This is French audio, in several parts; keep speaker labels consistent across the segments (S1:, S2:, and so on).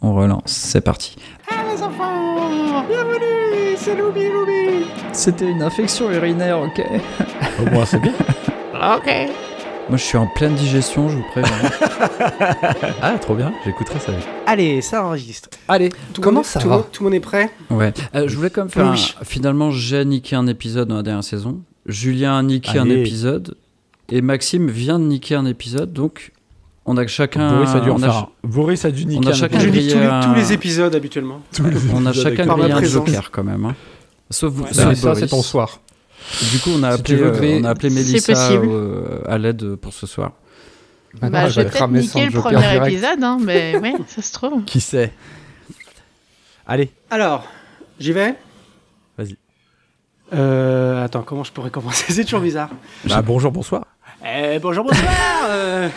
S1: on relance, c'est parti.
S2: Ah les enfants Bienvenue C'est Loubi Loubi
S1: C'était une infection urinaire, ok.
S3: Au moins, c'est bien.
S2: Ok
S1: Moi, je suis en pleine digestion, je vous préviens.
S3: Ah, trop bien, j'écoutera ça.
S2: Allez, ça enregistre.
S3: Allez,
S2: Tout le
S3: comment
S2: monde-
S3: ça
S2: tout, le
S3: va
S2: monde- Tout le monde est prêt
S1: Ouais. Euh, je voulais quand même faire. un-
S2: Oui.
S1: Finalement, j'ai niqué un épisode dans la dernière saison. Julien a niqué un
S3: Allez.
S1: épisode. Et Maxime vient de niquer un épisode. Donc, on a chacun.
S3: Boris a dû en
S1: on,
S3: faire
S1: a,
S3: un. Boris a dû niquer
S1: on a
S3: un
S1: chacun
S2: Je
S1: grillé
S3: épisode.
S2: lis tous les,
S1: un-
S2: tous les épisodes habituellement.
S3: Tous les
S1: on a
S3: épisodes
S1: chacun
S2: Par ma
S1: grillé un
S2: présence.
S1: joker quand même. hein. Sauf vous.
S2: Ouais,
S1: sauf
S4: Ça, ça,
S1: Boris.
S4: c'est ton soir.
S1: Du coup, on a
S4: Si
S1: appelé,
S4: tu veux
S1: euh,
S4: griller-
S1: on a appelé
S5: C'est
S1: Mélissa
S5: possible.
S1: euh, à l'aide pour ce soir.
S4: Ah non,
S5: Bah,
S4: elle
S5: je vais
S4: va
S5: peut-être
S4: cramer
S5: niquer
S4: son
S5: le
S4: Joker
S5: premier
S4: direct.
S5: épisode, hein, mais ouais, ça se trouve.
S3: Qui sait Allez,
S2: Alors, j'y vais
S3: Vas-y.
S2: Euh, attends, comment je pourrais commencer C'est toujours bizarre.
S3: bah, bonjour, bonsoir.
S2: Eh, bonjour, bonsoir euh,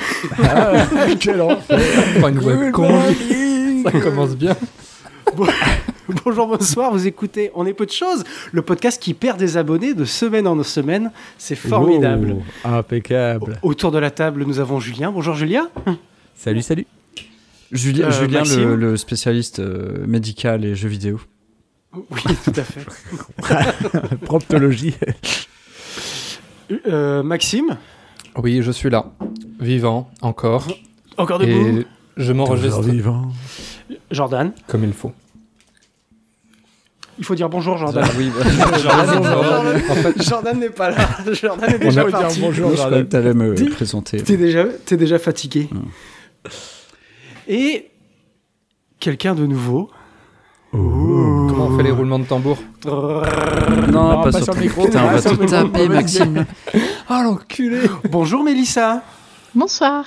S3: Quel enfer
S4: Enfin, une webcam, ça commence bien.
S2: Bonjour, bonsoir, vous écoutez On est peu de choses, le podcast qui perd des abonnés de semaine en semaine. C'est formidable.
S3: Wow, Oh, impeccable.
S2: Autour de la table, nous avons Julien. Bonjour Julien.
S3: Salut, salut.
S1: Juli-
S2: Euh,
S1: Julien,
S2: Maxime
S1: le, le spécialiste euh, médical et jeux vidéo.
S2: Oui, tout à fait.
S3: Proptologie.
S2: Euh, Maxime,
S4: Oui, je suis là, vivant, encore,
S2: encore debout.
S4: et je m'enregistre
S3: vivant.
S2: Jordan,
S4: comme il faut.
S2: il faut dire bonjour Jordan.
S1: Ah Oui,
S4: Ah,
S2: Ah,
S4: En fait,
S2: Jordan n'est pas là. Jordan est
S3: On
S2: déjà
S3: a
S2: parti.
S3: dire bonjour.
S1: je croyais que t'allais me présenter.
S2: T'es déjà, t'es déjà fatigué. Et quelqu'un de nouveau.
S4: Oh. comment on fait les roulements de tambour
S1: Non,
S3: Non,
S1: pas,
S3: pas
S1: sur
S3: sur
S1: ton
S3: le micro.
S1: Putain, on
S3: Ah,
S1: va
S3: sur
S1: te
S3: le micro.
S1: taper, Maxime.
S4: Ah l'enculé
S2: Oh, Bonjour Mélissa.
S5: Bonsoir.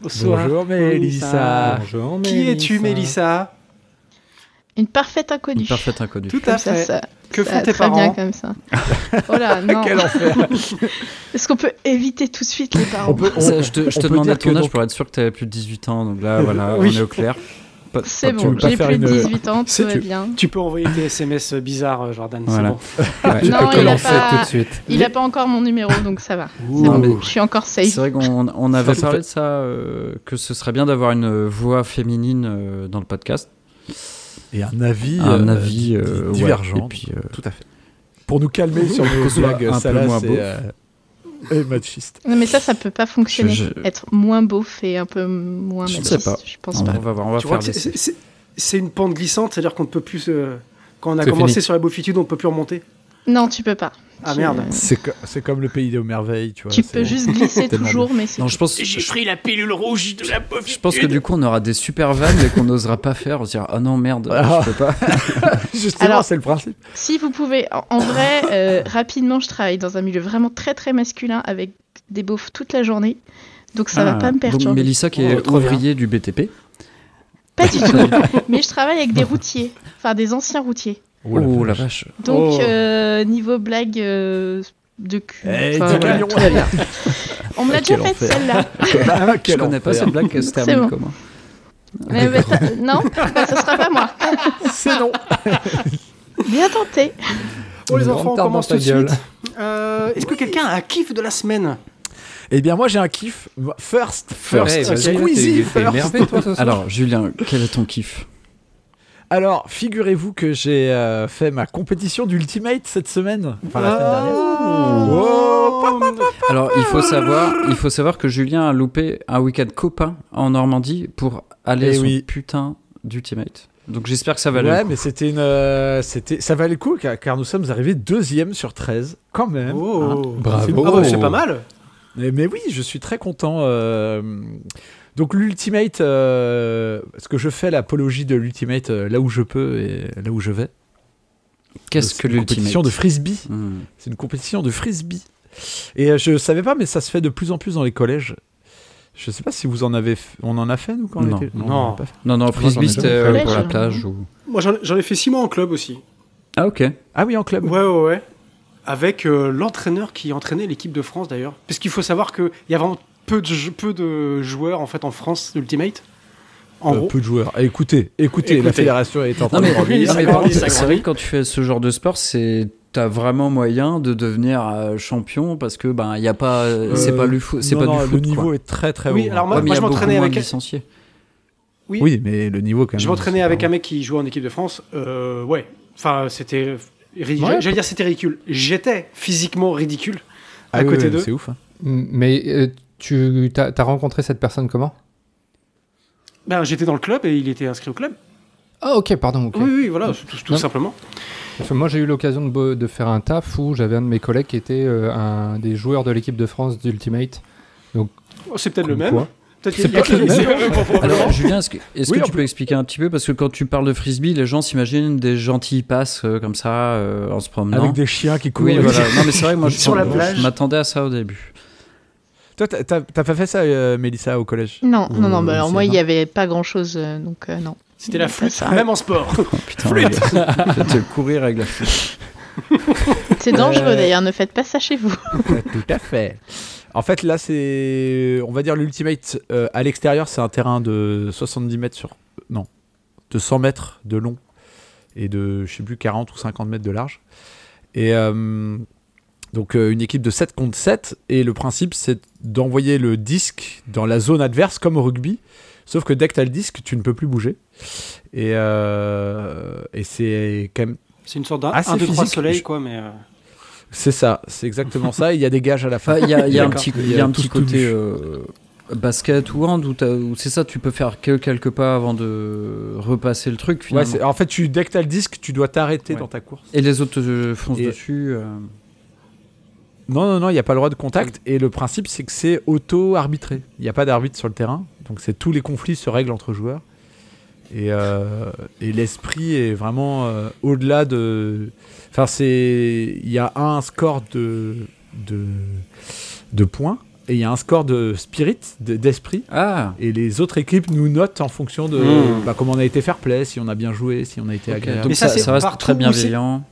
S3: Bonjour, Mélissa.
S4: Bonjour,
S2: Qui es-tu
S4: Mélissa
S2: Mélissa
S5: Une parfaite
S1: Une
S5: inconnue.
S1: parfaite inconnue.
S2: Tout
S5: Comme
S2: à
S5: ça,
S2: fait.
S5: ça-
S2: Que
S5: ça
S2: font
S5: va
S2: tes
S5: très bien
S2: parents
S5: comme ça. Oh là, non.
S3: Quel enfer.
S5: Est-ce qu'on peut éviter tout de suite les parents
S3: On peut- on-
S1: Ça, je te, je
S3: on
S1: te
S3: peut
S1: demandais
S3: dire que
S1: ton âge
S3: donc-
S1: pour être sûr que t'avais plus de 18 ans. Donc là, voilà,
S2: Oui.
S1: on est au clair. Pas- pas-
S5: C'est bon,
S3: peux pas
S5: j'ai
S3: faire
S5: plus de
S3: une-
S5: 18 ans,
S2: C'est
S5: tout va
S2: tu-
S5: bien.
S2: Tu peux envoyer tes SMS bizarres, euh, Jordan. c'est
S1: Voilà.
S2: bon.
S1: ouais.
S4: Tu
S5: Non,
S4: peux
S5: il a
S4: commencer
S5: pas-
S4: tout de suite.
S5: Il n'a pas encore mon numéro, donc ça va.
S2: Ouh.
S5: C'est bon,
S1: mais-
S5: Je suis encore safe.
S1: C'est vrai qu'on on avait
S3: Ça me
S1: parlé de ça, euh, que ce serait bien d'avoir une voix féminine euh, dans le podcast.
S3: Et un avis,
S1: un
S3: euh,
S1: avis
S3: di-
S1: euh, ouais,
S3: divergent.
S1: et puis, euh,
S3: Tout à fait. Pour nous calmer sur nos
S1: Qu'on soit un
S3: blagues
S1: peu moins
S3: salaces
S1: beau.
S3: et, euh, et machistes.
S5: Non, mais ça, ça peut pas fonctionner.
S1: Je- je-
S5: Être moins beauf et un peu moins
S1: Je ne
S5: machiste,
S1: sais pas.
S5: je pense
S1: on,
S5: pas.
S1: va voir, on va
S2: Tu vois
S1: faire
S2: que c'est-
S1: des
S2: c'est- c'est- c'est une pente glissante, c'est-à-dire qu'on ne peut plus. euh, Quand on a
S4: C'est
S2: commencé
S4: fini.
S2: sur la beaufitude, on ne peut plus remonter.
S5: Non, tu peux pas.
S2: Ah
S5: Tu- euh,
S2: merde.
S3: C'est co- c'est comme le pays des merveilles, tu vois.
S5: Tu
S3: c'est-
S5: peux juste glisser
S3: Tellement
S5: toujours, mais c'est
S1: Non, je pense, je,
S2: pris la pilule rouge de la beaufitude.
S1: je pense que du coup, on aura des super vannes et qu'on n'osera pas faire. On se dira, ah non, merde,
S3: Ah.
S1: je peux pas.
S3: Justement,
S5: Alors-
S3: c'est le principe.
S5: Si vous pouvez, en, en vrai, euh, rapidement, je travaille dans un milieu vraiment très très masculin avec des beaufs toute la journée. Donc ça va
S1: Ah.
S5: pas me
S1: Donc,
S5: perturber.
S1: Mélissa, qui
S2: Oh,
S1: est
S2: trop bien.
S1: ouvrier du BTP.
S3: Oh
S5: Pas du tout. Mais je travaille avec des routiers, enfin des anciens routiers.
S1: Oh la vache.
S5: Donc
S2: Oh.
S5: euh, niveau blague euh, de cul.
S3: Eh,
S5: enfin,
S3: dis
S5: voilà,
S3: donc.
S5: tout va bien. On me l'a déjà
S3: Quel
S5: faite
S3: enfer.
S5: celle-là.
S3: vache.
S1: Je connais pas cette blague, elle se
S5: C'est
S1: termine
S5: bon.
S1: comment
S5: Mais, mais t'as- non, bah, ça sera pas moi.
S3: C'est non.
S5: Bien tenté.
S2: Oh les
S4: Une
S2: enfants, on
S4: grande tarte
S2: commence
S4: dans
S2: tout
S4: ta
S2: de
S4: gueule.
S2: suite. Euh, Est-ce que quelqu'un a un kiff de la semaine
S3: Eh bien, moi, j'ai un kiff. First, first,
S4: Ouais, vas-y,
S3: Squeezie,
S4: Eh, bah, t'es- t'es
S3: first.
S4: énervé, toi, ce soir
S1: Alors, Julien, quel est ton kiff
S3: Alors, figurez-vous que j'ai euh, fait ma compétition d'Ultimate cette semaine. Enfin, la semaine dernière.
S1: Ah.
S2: Oh.
S1: Alors, il faut savoir, il faut savoir que Julien a loupé un week-end copain en Normandie pour aller à
S3: Eh
S1: son
S3: oui.
S1: putain d'ultimate. Donc, j'espère que ça va
S3: ouais,
S1: aller.
S3: mais c'était une. euh, c'était, ça valait le coup car, car nous sommes arrivés deuxième sur 13, quand même. hein.
S2: Oh.
S4: Bravo.
S2: Ah bah, c'est pas mal.
S3: Mais, mais oui, je suis très content. euh, Donc, l'Ultimate, euh, parce que je fais l'apologie de l'Ultimate euh, là où je peux et là où je vais.
S1: Qu'est-ce
S3: C'est
S1: que
S3: une compétition
S1: l'ultimate
S3: de frisbee.
S1: Hmm.
S3: C'est une compétition de frisbee. Et euh, je savais pas, mais ça se fait de plus en plus dans les collèges. Je sais pas si vous en avez. f- On en a fait, nous, quand on
S1: Non.
S3: était.
S2: Non.
S3: on en a pas fait.
S1: Non, non,
S3: j'en ai
S1: frisbee,
S3: jamais
S1: c'était
S3: fait.
S1: euh,
S5: Collège,
S1: pour la
S5: hein.
S1: plage ou.
S2: Moi j'en j'en ai fait six mois en club aussi.
S1: Ah, ok.
S3: Ah oui, en club.
S2: Ouais, ouais, ouais. Avec euh, l'entraîneur qui entraînait l'équipe de France d'ailleurs. Parce qu'il faut savoir qu'il y a vraiment peu de, jou- peu de joueurs en fait en France d'Ultimate. En
S3: Euh,
S2: gros.
S3: peu de joueurs. Eh, écoutez, écoutez,
S2: Écoutez.
S3: la fédération est en train
S1: Non, mais,
S3: de grandir.
S2: oui,
S1: non, mais
S2: ça
S1: par contre,
S2: grandit, ça
S1: c'est vrai
S2: grandit.
S1: que quand tu fais ce genre de sport, c'est. T'as vraiment moyen de devenir euh, champion parce que ben il y a pas euh, c'est
S3: Euh,
S1: pas du foot c'est
S3: non,
S1: pas
S3: non,
S1: du foot
S3: Le niveau
S1: quoi.
S3: est très très
S2: Oui,
S3: haut.
S2: alors
S3: hein.
S1: Ouais,
S2: moi-
S1: mais il y a
S2: je m'entraînais
S1: beaucoup moins
S2: avec-
S1: de licenciés.
S2: Oui.
S3: Oui, mais le niveau quand même.
S2: Je m'entraînais avec un
S3: c'est-
S2: mec qui jouait en équipe de France. euh, ouais. Enfin, c'était. ri-
S3: Ouais.
S2: J'allais dire c'était ridicule. J'étais physiquement ridicule. à
S3: Ah oui,
S2: côté
S3: oui,
S2: d'eux.
S3: C'est ouf. hein.
S4: Mais euh, tu t'as as rencontré cette personne comment
S2: Ben, j'étais dans le club et il était inscrit au club.
S4: Ah ok, pardon. ok.
S2: Oui, oui, voilà, c'est tout, tout
S4: Non.
S2: simplement.
S4: Parce que moi j'ai eu l'occasion de, bo- de faire un taf où j'avais un de mes collègues qui était euh, un des joueurs de l'équipe de France d'Ultimate.
S2: Oh, c'est peut-être le
S4: Comme
S2: même.
S4: quoi.
S2: Peut-être
S3: C'est peut-être le
S2: c'est le même, probablement.
S1: Alors, Julien, est-ce que, est-ce
S3: Oui,
S1: que
S3: on
S1: tu peux expliquer un petit peu Parce que quand tu parles de frisbee, les gens s'imaginent des gentils passes euh, comme ça euh, en se promenant.
S3: Avec des chiens qui courent.
S1: Oui, voilà. Non, mais c'est vrai que moi, je,
S2: Sur la
S1: je
S2: plage.
S1: m'attendais à ça au début.
S3: Toi, t'as- t'as t'as pas fait ça, euh, Mélissa, au collège
S5: Non, non, non,
S3: Ou
S5: bah alors moi,
S3: c'est
S5: il n'y avait pas grand chose, donc euh, non.
S2: C'était la
S5: Pas
S2: flûte,
S5: ça.
S2: même en sport.
S1: Putain, ouais, peut-être courir avec la flûte.
S5: C'est
S3: Euh,
S5: dangereux d'ailleurs, ne faites pas ça chez vous.
S3: Tout à fait. En fait, là, c'est. On va dire l'ultimate euh, à l'extérieur, c'est un terrain de 70 mètres sur. Non, de 100 mètres de long et de, je sais plus, 40 ou 50 mètres de large. Et euh, donc, euh, une équipe de 7 contre 7. Et le principe, c'est d'envoyer le disque dans la zone adverse, comme au rugby. Sauf que dès que tu as le disque, tu ne peux plus bouger. Et, euh, et c'est quand même
S2: C'est une sorte d'un
S3: Ah, c'est
S2: 1, 2, 3
S3: physique.
S2: soleil,
S3: Je-
S2: quoi, mais. euh,
S3: C'est ça, c'est exactement ça. Il y a des gages à la fin.
S1: Enfin, Ah, Il y a, il y a un
S3: D'accord.
S1: petit, il y a un
S3: tout-
S1: petit
S3: tout
S1: côté
S3: nu.
S1: euh, basket ou hand où, t'as- où c'est ça, tu peux faire que quelques pas avant de repasser le truc
S3: Ouais,
S1: finalement.
S3: c'est- en fait, tu, dès que t'as le disque, tu dois t'arrêter
S1: Ouais.
S3: dans ta course.
S1: Et les autres te foncent
S3: Et-
S1: dessus. euh.
S3: Non, non, non, il n'y a pas le droit de contact. Et le principe, c'est que c'est auto-arbitré. Il n'y a pas d'arbitre sur le terrain. Donc, c'est tous les conflits se règlent entre joueurs. Et, euh, et l'esprit est vraiment euh, au-delà de. Enfin, c'est. Il y a un score de, de, de points et il y a un score de spirit, de- d'esprit.
S1: Ah
S3: Et les autres équipes nous notent en fonction de
S2: Mm.
S3: bah, comment on a été fair play, si on a bien joué, si on a été
S1: Hmm. ok.
S3: agréable.
S1: Donc
S2: Mais
S1: ça,
S2: ça,
S1: ça,
S2: c'est
S1: reste
S2: partout
S1: très
S2: où c'est-
S1: bienveillant.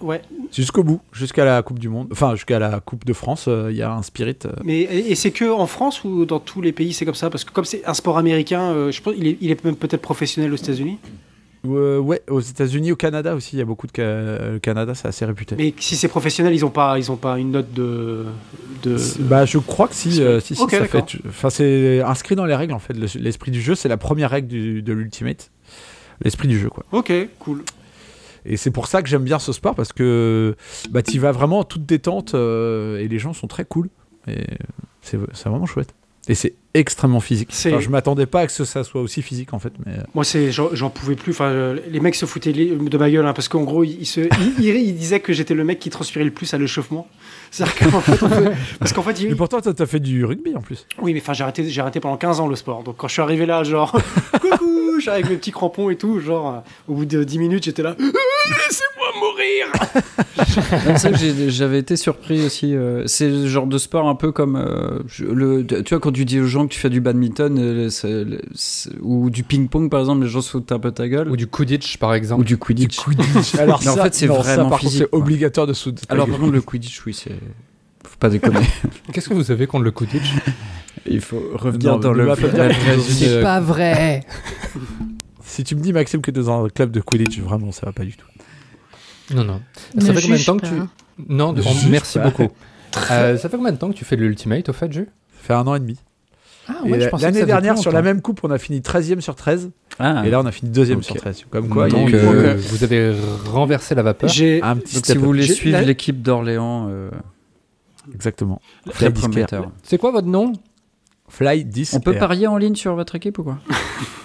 S2: Ouais.
S3: Jusqu'au bout, jusqu'à la Coupe du Monde, enfin jusqu'à la Coupe de France, euh, il y a un spirit. euh,
S2: Mais et et c'est que en France ou dans tous les pays c'est comme ça parce que comme c'est un sport américain, euh, je pense il est, il est même peut-être professionnel aux États-Unis.
S3: où, euh, ouais, aux États-Unis, au Canada aussi, il y a beaucoup de ca- euh, le Canada, c'est assez réputé.
S2: Mais si c'est professionnel, ils ont pas ils ont pas une note de de
S3: C'est- Bah, je crois que si, euh, si, si,
S2: Ok,
S3: ça
S2: d'accord.
S3: fait. tu- Enfin, c'est inscrit dans les règles en fait. le- L'esprit du jeu, c'est la première règle du- de l'ultimate. L'esprit du jeu, quoi.
S2: OK, cool.
S3: Et c'est pour ça que j'aime bien ce sport parce que bah, tu vas vraiment en toute détente euh, et les gens sont très cool. Et c'est c'est vraiment chouette. Et c'est extrêmement physique.
S2: C'est-
S3: Enfin, je m'attendais pas à que ce- ça soit aussi physique en fait, mais euh.
S2: Moi c'est j'en j'en pouvais plus enfin euh, les mecs se foutaient les- de ma gueule hein, parce qu'en gros ils, ils se ils, ils- ils disaient que j'étais le mec qui transpirait le plus à l'échauffement. C'est-à-dire qu'en fait, on peut- parce qu'en fait
S3: Et
S2: ils-
S3: pourtant, toi, t'as fait du rugby en plus.
S2: oui mais enfin j'ai arrêté j'ai arrêté pendant 15 ans le sport. Donc quand je suis arrivé là genre coucou, je suis avec mes petits crampons et tout, genre euh, au bout de 10 minutes, j'étais là euh, laissez-moi mourir.
S1: C'est ça que j'ai- j'avais été surpris aussi. euh, C'est le genre de sport un peu comme. euh, je- le, tu vois, quand tu dis aux gens que tu fais du badminton euh, c'est- c'est- ou du ping-pong, par exemple, les gens se foutent un peu de ta gueule.
S4: Ou du Kudich par exemple.
S1: Ou du Quidditch.
S3: Alors
S1: Mais en
S3: ça,
S1: fait, c'est
S3: non, ça,
S1: vraiment
S3: par
S1: physique,
S3: contre, c'est
S1: quoi.
S3: obligatoire de souder.
S1: Alors, par contre, le Quidditch, oui, c'est. Faut pas déconner.
S4: Qu'est-ce que vous avez contre le Kudich
S1: Il faut
S3: revenir dans le- la vraie vie.
S1: C'est pas vrai.
S3: si tu me dis Maxime que t'es dans un club de Quidditch, vraiment, ça va pas du tout.
S4: Non non.
S5: Ne
S4: Ça fait combien de
S5: juge
S4: temps que
S5: pas.
S4: tu Non, de-
S3: Juste
S4: merci
S3: pas.
S4: beaucoup. Euh, ça fait combien de temps que tu fais de l'Ultimate au fait, Ju
S3: Ça fait un an et demi.
S4: Ah
S3: Et la- L'année dernière, sur la même coupe, on a fini 13e sur 13.
S1: Ah.
S3: Et là, on a fini 2e
S1: Ok.
S3: sur 13. Comme quoi, il y a
S4: Donc
S3: eu,
S2: Donc,
S4: euh,
S2: euh,
S4: vous avez renversé la vapeur.
S2: J'ai
S3: un petit
S1: Donc, si
S3: step-up.
S1: vous voulez
S2: J'ai-
S1: suivre
S2: la-
S1: l'équipe d'Orléans, euh,
S3: Exactement.
S1: très
S3: Fly Disper.
S1: prometteur.
S4: C'est quoi votre nom
S3: Fly 10.
S1: On peut parier en ligne sur votre équipe ou quoi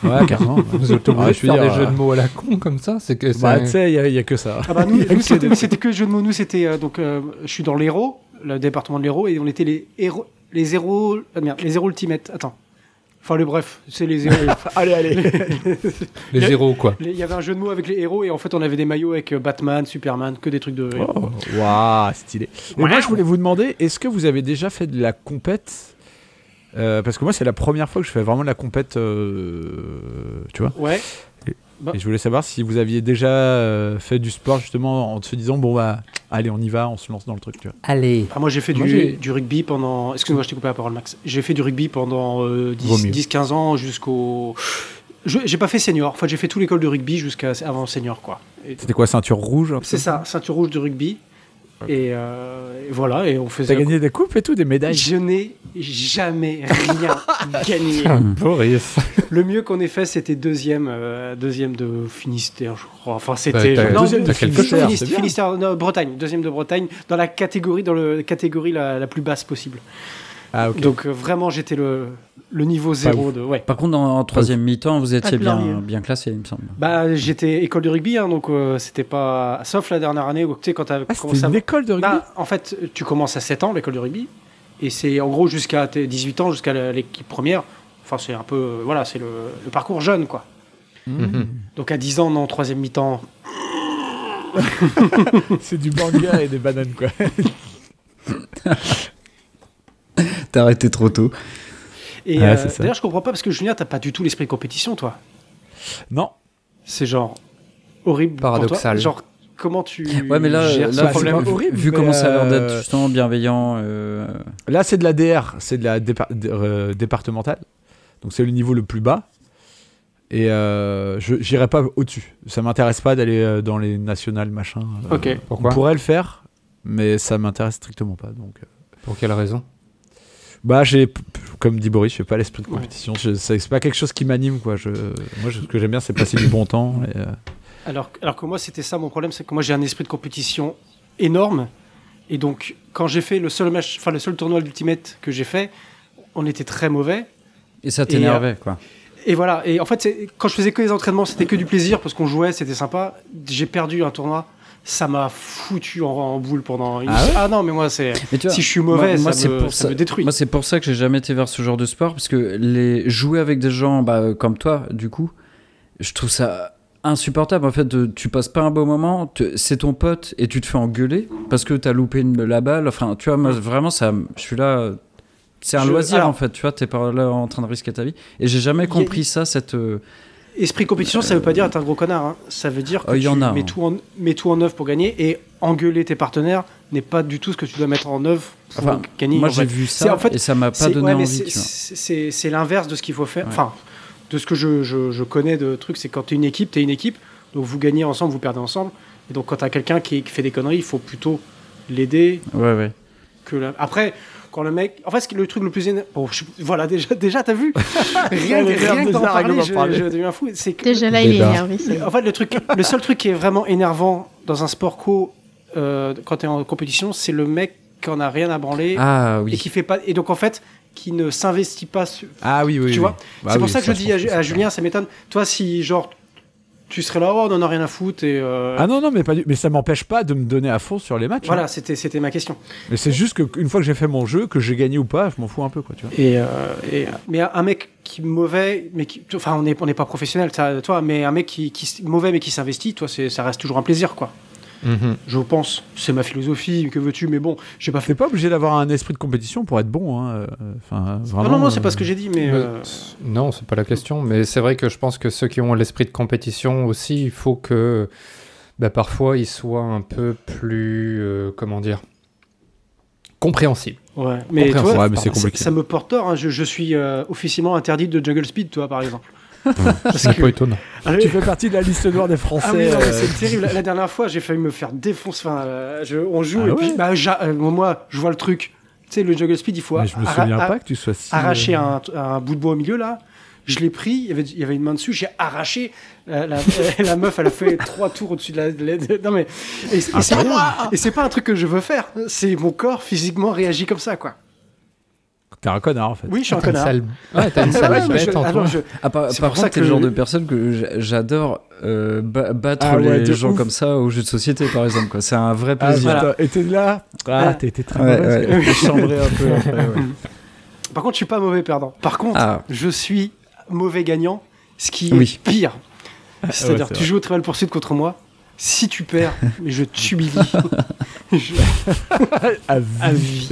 S3: Ouais, carrément.
S4: Vous êtes obligé
S3: Ouais,
S4: de
S3: je veux
S4: faire
S3: dire,
S4: des jeux
S3: euh,
S4: de mots à la con comme ça C'est que
S3: Bah, tu
S4: c'est-
S3: sais, il n'y a que ça.
S2: Ah bah nous,
S3: Il y a
S2: nous,
S3: que des-
S2: c'était c'était que le jeu de mots. Nous c'était euh, donc euh, je suis dans l'héros, le département de l'héros et on était les héros, les héros, ah merde, les héros ultimate. Attends. Enfin le bref, c'est les héros.
S3: Allez, allez.
S4: les zéros quoi.
S2: Les- Il y avait un jeu de mots avec les héros et en fait on avait des maillots avec euh, Batman, Superman, que des trucs de.
S3: Oh, Waouh, stylé. Et moi, je voulais vous demander, est-ce que vous avez déjà fait de la compète Euh, Parce que moi, c'est la première fois que je fais vraiment de la compète, euh, tu vois.
S2: Ouais.
S3: Et je voulais savoir si vous aviez déjà euh, fait du sport, justement, en se disant, bon, bah, allez, on y va, on se lance dans le truc, tu vois.
S4: Allez.
S2: Ah, moi j'ai fait
S4: Moi,
S2: du,
S4: j'ai-
S2: du rugby pendant. Excuse-moi, je t'ai coupé la parole, Max. J'ai fait du rugby pendant euh,
S3: Vaut mieux.
S2: 10-15 ans jusqu'au. Je- J'ai pas fait senior. Enfin, j'ai fait toute l'école de rugby jusqu'à avant senior quoi. Et-
S3: C'était quoi, ceinture rouge un peu
S2: C'est ça, ceinture rouge de rugby. Et, euh, et voilà, et on faisait.
S3: T'as gagné des coupes et tout, des médailles.
S2: Je n'ai jamais rien gagné.
S4: Boris.
S2: Le mieux qu'on ait fait, c'était deuxième, euh, deuxième de Finistère, je crois. Enfin,
S4: Bah,
S2: c'était.
S4: t'as-
S2: non,
S4: t'as
S2: de
S4: quelque chose,
S2: Finistère,
S3: c'est bien.
S2: Finistère, non, Bretagne, deuxième de Bretagne, dans la catégorie, dans le catégorie la, la plus basse possible.
S3: Ah, ok.
S2: Donc euh, vraiment, j'étais le, le niveau zéro de. Ouais.
S1: Par contre, en, en troisième mi-temps, vous étiez bien,
S5: glorieux.
S1: bien classé, il me semble.
S2: Bah, j'étais école de rugby, hein, donc euh, c'était pas. Sauf la dernière année, où, tu sais, quand t'as
S3: Ah,
S2: commencé
S3: c'était
S2: à
S3: une école de rugby
S2: Bah, en fait, tu commences à 7 ans l'école de rugby et c'est en gros jusqu'à tes 18 ans, jusqu'à la- l'équipe première. Enfin, c'est un peu euh, voilà, c'est le, le parcours jeune quoi. Donc à 10 ans, non, troisième mi-temps.
S3: C'est du manga et des bananes, quoi.
S1: T'as arrêté trop tôt.
S2: Et
S3: Ouais,
S2: euh,
S3: c'est ça.
S2: d'ailleurs, je comprends pas parce que Julien, t'as pas du tout l'esprit compétition, toi.
S3: Non.
S2: C'est genre horrible. pour toi.
S4: Paradoxal.
S2: Genre comment tu
S1: Ouais, mais là,
S2: gères
S1: là,
S2: Bah, ce
S1: vu-
S2: problème
S1: vu,
S3: horrible,
S1: vu
S3: mais,
S1: comment ça a l'air d'être
S3: euh,
S1: justement bienveillant, euh,
S3: Là, c'est de la DR, c'est de la dépa- d- euh, départementale. Donc, c'est le niveau le plus bas. Et euh, je j'irai pas au-dessus. Ça m'intéresse pas d'aller euh, dans les nationales, machin. Euh,
S2: Ok.
S4: Pourquoi
S3: On pourrait le faire, mais ça m'intéresse strictement pas. Donc, euh.
S4: Pour quelle raison
S3: bah, j'ai, p- p- comme dit Boris, j'ai pas l'esprit de
S2: Ouais.
S3: compétition. Je- C'est c'est pas quelque chose qui m'anime, quoi. Je, moi, je- ce que j'aime bien, c'est passer du bon temps. et, euh,
S2: Alors, alors que moi, c'était ça mon problème, c'est que moi j'ai un esprit de compétition énorme. Et donc, quand j'ai fait le seul match, enfin le seul tournoi d'Ultimate que j'ai fait, on était très mauvais.
S1: et ça t'énervait, quoi.
S2: euh, Et voilà, et en fait, c'est- quand je faisais que les entraînements, c'était que du plaisir parce qu'on jouait, c'était sympa. J'ai perdu un tournoi, ça m'a foutu en, en boule pendant une.
S3: Ah ouais
S2: non, mais moi, c'est.
S1: Mais tu vois,
S2: Si je suis mauvais, ça, me, ça me détruit.
S1: Moi, c'est pour ça que j'ai jamais été vers ce genre de sport, parce que les jouer avec des gens bah, euh, comme toi, du coup, je trouve ça insupportable. En fait, de- tu passes pas un beau moment, te- c'est ton pote et tu te fais engueuler parce que t'as loupé une- la balle. Enfin, tu vois, moi, vraiment, ça, me- je suis là. euh, C'est un
S2: Je-
S1: loisir
S2: alors-
S1: en fait, tu vois, t'es pas là en train de risquer ta vie. Et j'ai jamais compris ça, cette. euh,
S2: Esprit compétition, ça veut pas dire être un gros connard. hein. Ça veut dire que
S1: Euh, y
S2: tu
S1: en a,
S2: mets,
S1: hein.
S2: tout en, mets tout en œuvre pour gagner et engueuler tes partenaires n'est pas du tout ce que tu dois mettre en œuvre pour
S1: Enfin,
S2: gagner.
S1: moi,
S2: en
S1: j'ai
S2: fait.
S1: vu
S2: C'est-
S1: ça
S2: en fait,
S1: et ça m'a pas
S2: C'est-
S1: donné
S2: ouais, mais
S1: envie.
S2: c'est-
S1: tu vois.
S2: c'est- C'est c'est l'inverse de ce qu'il faut faire.
S1: Ouais.
S2: Enfin, de ce que je, je- je connais de trucs, c'est quand tu es une équipe, tu es une équipe. Donc vous gagnez ensemble, vous perdez ensemble. Et donc quand tu as quelqu'un qui, qui fait des conneries, il faut plutôt l'aider
S1: Ouais, ouais.
S2: que la- Après, quand le mec. En fait, ce qui- le truc le plus. éner- Bon, je- Voilà, déjà, déjà t'as vu Rien,
S3: On est
S2: rien que
S3: déjà
S2: d'en
S3: à
S2: parler, je,
S3: parler.
S2: je deviens fou. C'est que-
S5: Déjà là, il est
S4: Débat.
S5: énervé. c'est bon.
S2: en fait, le, truc, le seul truc qui est vraiment énervant dans un sport co euh, quand tu es en compétition, c'est le mec qui en a rien à branler
S1: Ah
S2: et
S1: oui.
S2: qui fait pas. Et donc en fait, qui ne s'investit pas sur-
S3: Ah oui, oui.
S2: Tu
S3: oui.
S2: vois,
S3: Bah
S2: c'est pour
S3: oui,
S2: ça que je dis à,
S3: pense
S2: Ju- à
S3: c'est
S2: Julien, ça m'étonne. Toi, si genre tu serais là, oh, on en a rien à foutre et euh,
S3: Ah non, non, mais, pas du... mais ça m'empêche pas de me donner à fond sur les matchs. hein.
S2: voilà, c'était c'était ma question.
S3: Mais c'est juste qu'une fois que j'ai fait mon jeu, que j'ai gagné ou pas, je m'en fous un peu, quoi, tu vois.
S2: Et, euh, et- mais un mec qui est mauvais, mais qui, enfin on n'est on n'est pas professionnel, ça, toi, mais un mec qui, qui s- mauvais mais qui s'investit, toi, c'est- ça reste toujours un plaisir, quoi.
S3: Mhm.
S2: Je pense, c'est ma philosophie, que veux-tu, mais bon, j'ai pas fait.
S3: T'es pas obligé d'avoir un esprit de compétition pour être bon, hein. euh, Enfin,
S2: Non,
S3: vraiment.
S2: non, non, c'est
S3: euh,
S2: pas ce que j'ai dit, mais.
S4: Mais-
S2: euh,
S4: Non, c'est pas la question, mais c'est vrai que je pense que ceux qui ont l'esprit de compétition aussi, il faut que bah, parfois ils soient un peu plus, euh, comment dire, compréhensibles.
S2: ouais, mais
S4: Compréhensible.
S2: toi,
S3: Ouais, mais c'est
S2: ça,
S3: compliqué.
S2: ça me porte tort, hein, je, je suis euh, officiellement interdit de jungle speed, toi, par exemple. Parce
S4: C'est pas
S2: que.
S4: étonnant.
S3: Tu fais partie de la liste noire des Français.
S2: Ah oui, non, mais
S3: euh,
S2: c'est terrible. La, la dernière fois, j'ai failli me faire défoncer. Enfin, euh, je- on joue
S3: Ah
S2: et puis
S3: ouais
S2: bah, j'a- euh, moi, je vois le truc. Tu sais, le juggle speed, il faut Ah,
S3: Mais je me
S2: arra-
S3: souviens
S2: a-
S3: pas que tu sois si.
S2: arracher un, un bout de bois au milieu là. Je l'ai pris, il y, avait, il y avait une main dessus, j'ai arraché. euh, La, la- la meuf, elle a fait trois tours au-dessus de la. de la- de- non mais. Et, c'est- et c'est pas, et c'est pas un truc que je veux faire. C'est mon corps physiquement réagit comme ça, quoi.
S3: euh, T'es un connard, en fait.
S2: Oui, je suis un
S4: T'as une
S2: connard.
S4: sale, ouais, t'as une
S2: Ah ouais,
S4: sale
S2: mais je-
S4: bête en
S2: ah non,
S4: toi.
S2: je-
S3: Euh,
S1: Ah, par
S2: C'est
S1: par
S2: pour ça
S1: contre, t'es
S2: que
S1: le genre
S2: le-
S1: de personne que j'a- j'adore euh, ba- battre
S3: Ah ouais,
S1: les
S3: de
S1: gens
S3: ouf.
S1: comme ça aux jeux de société, par exemple. quoi. C'est un vrai
S3: Ah,
S1: plaisir.
S3: putain, et t'es là. Ah,
S2: Ah.
S3: t'es t'es très
S1: Ouais,
S3: mauvaise.
S2: ouais.
S3: Je chambrais un peu. après, ouais.
S2: Par contre, je suis pas mauvais perdant. Par contre,
S1: Ah.
S2: je suis mauvais gagnant, ce qui
S1: Oui.
S2: est pire. C'est-à-dire,
S3: c'est
S2: tu
S3: vrai.
S2: joues au Trivial Poursuite contre moi. Si tu perds, mais je t'humilie Je-
S3: À
S2: à
S3: vie.
S2: vie.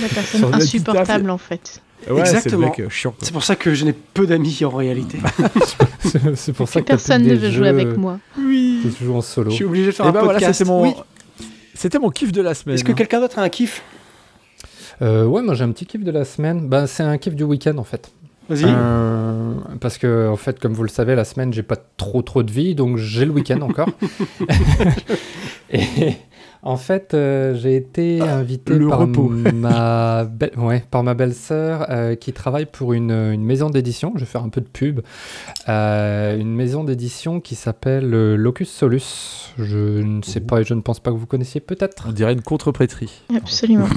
S5: La
S3: Sur
S5: personne
S3: le petit
S5: insupportable, en fait.
S3: Ouais, c'est le
S2: Exactement.
S3: mec euh, chiant. quoi.
S2: C'est pour ça que je n'ai peu d'amis en réalité.
S4: C'est- C'est pour ça que t'as plus
S5: Personne
S4: des
S5: ne veut jouer
S4: jeux
S5: avec moi.
S4: qui se jouent en solo.
S2: Je suis obligé de faire
S3: Et
S2: un
S3: ben voilà,
S2: podcast.
S3: c'était mon.
S2: Oui.
S3: C'était mon kiff de la semaine. hein.
S2: Est-ce que quelqu'un d'autre a un kiff
S4: Euh, ouais, moi j'ai un petit kiff de la semaine. Bah, c'est un kiff du week-end en fait.
S2: Vas-y.
S4: Euh, parce que en fait, comme vous le savez, la semaine j'ai pas trop trop de vie, donc j'ai le week-end encore. et En fait, euh, j'ai été invité
S3: Ah, le
S4: par,
S3: repos.
S4: ma belle- ouais, par ma belle-sœur euh, qui travaille pour une, une maison d'édition. Je vais faire un peu de pub. Euh, une maison d'édition qui s'appelle euh, Locus Solus. Je ne
S3: Oh.
S4: sais pas et je ne pense pas que vous connaissiez peut-être.
S3: On dirait une contre-prêtrie.
S5: Absolument.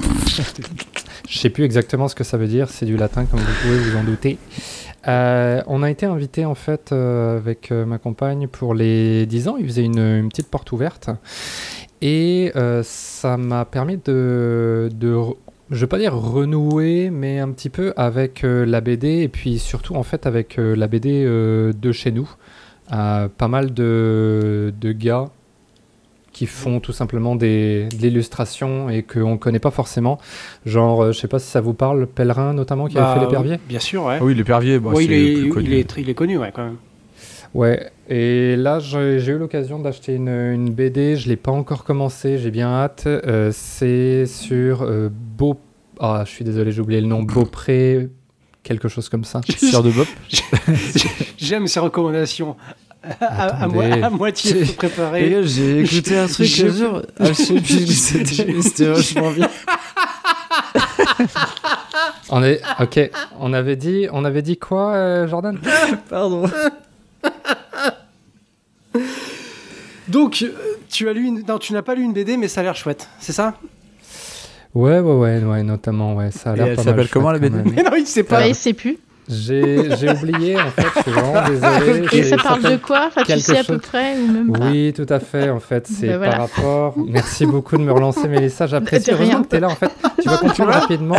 S4: Je sais plus exactement ce que ça veut dire, c'est du latin comme vous pouvez vous en douter. Euh, on a été invité en fait euh, avec euh, ma compagne pour les 10 ans, ils faisaient une, une petite porte ouverte et euh, ça m'a permis de, de re- je veux pas dire renouer, mais un petit peu avec euh, la BD et puis surtout en fait avec euh, la BD euh, de chez nous. Euh, pas mal de, de gars qui font tout simplement des, de l'illustration et qu'on ne connaît pas forcément. Genre, euh, je sais pas si ça vous parle, Pèlerin notamment qui
S2: Bah,
S4: a fait l'épervier.
S2: Bien sûr, ouais.
S3: Ah oui, l'épervier, bon,
S2: Ouais,
S3: c'est
S2: il,
S3: le
S2: est,
S3: plus connu.
S2: il, est, il est connu, ouais, quand même.
S4: Ouais, et là j'ai j'ai eu l'occasion d'acheter une, une BD, je l'ai pas encore commencé, j'ai bien hâte. Euh, c'est sur euh, Beau. Ah, je suis désolé, j'ai oublié le nom, Beaupré, quelque chose comme ça.
S3: Sœur de Bob.
S2: J'aime ces recommandations. À, à- à mo-
S4: Attendez.
S2: à moitié
S1: Les
S2: préparées.
S1: gars, j'ai écouté un truc,
S2: J'ai-
S1: je jure. Ah, je sais plus, c'était c'était vachement bien.
S4: On est, ok, on avait dit, on avait dit quoi, euh, Jordan
S1: Pardon.
S2: Donc, euh, tu as lu une... Non, tu n'as pas lu une BD, mais ça a l'air chouette, c'est ça
S4: Ouais, ouais, ouais, ouais, notamment, ouais, ça a
S3: Et
S4: l'air
S3: elle
S4: pas mal
S3: s'appelle
S4: chouette
S3: comment, la
S4: quand
S3: BD
S4: même.
S2: Mais non, il ne sait pas.
S4: Ah.
S5: Ouais, c'est plus.
S4: J'ai j'ai oublié, en fait, je suis vraiment désolé.
S5: Et
S4: j'ai-
S5: ça parle de
S4: s'appelle-
S5: quoi Enfin, tu
S4: quelque
S5: sais à peu
S4: chose.
S5: près ou même pas.
S4: Oui, tout à fait, en fait, c'est
S5: Ben Bah. voilà.
S4: par rapport... Merci beaucoup de me relancer, Mélissa, j'apprécie.
S5: De rien.
S4: Heureusement que t'es là, en fait. Tu vas comprendre rapidement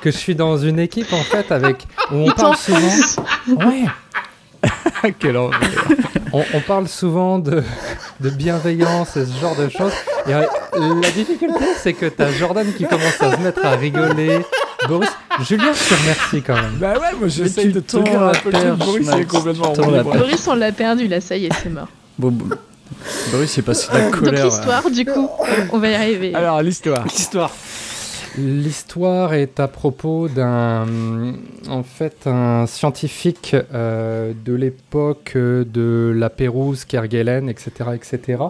S4: que je suis dans une équipe, en fait, avec... Où on
S5: Il
S4: parle souvent...
S5: t'enfonce.
S4: Ouais,
S3: Quel horreur.
S4: on, on parle souvent de, de bienveillance et ce genre de choses. Et euh, la difficulté, c'est que t'as Jordan qui commence à se mettre à rigoler. Boris, Julien, je te remercie quand même.
S3: Bah ouais, moi
S1: j'essaye de tenir un peu le truc, Boris, il est complètement en roue libre.
S5: Boris, on l'a perdu là, ça y est, c'est mort.
S1: Bon, bon. Boris, c'est passé de la colère. hein.
S5: Donc l'histoire, du coup, on va y arriver.
S3: Alors, l'histoire.
S2: L'histoire.
S4: L'histoire est à propos d'un, en fait, un scientifique euh, de l'époque euh, de la Pérouse, Kerguelen, etc., etc.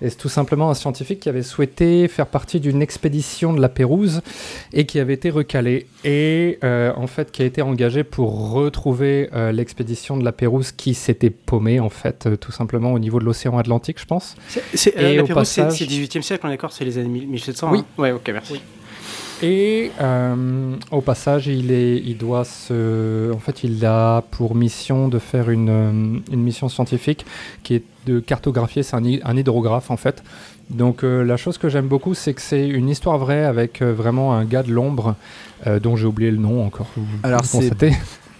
S4: Et c'est tout simplement un scientifique qui avait souhaité faire partie d'une expédition de la Pérouse et qui avait été recalé et euh, en fait qui a été engagé pour retrouver euh, l'expédition de la Pérouse qui s'était paumée en fait, euh, tout simplement au niveau de l'océan Atlantique, je pense.
S2: C'est- c'est-
S4: Et
S2: la
S4: au
S2: Pérouse, c'est
S4: passage-
S2: c'est 18e siècle, on est d'accord C'est les années 1700
S4: Oui.
S2: hein Ouais, ok, merci.
S4: Et euh, au passage, il, est, il doit se. En fait, il a pour mission de faire une, euh, une mission scientifique qui est de cartographier, c'est un, hy- un hydrographe en fait. Donc, euh, la chose que j'aime beaucoup, c'est que c'est une histoire vraie avec euh, vraiment un gars de l'ombre euh, dont j'ai oublié le nom encore. vous- vous
S3: Alors, c'est-
S4: constatez.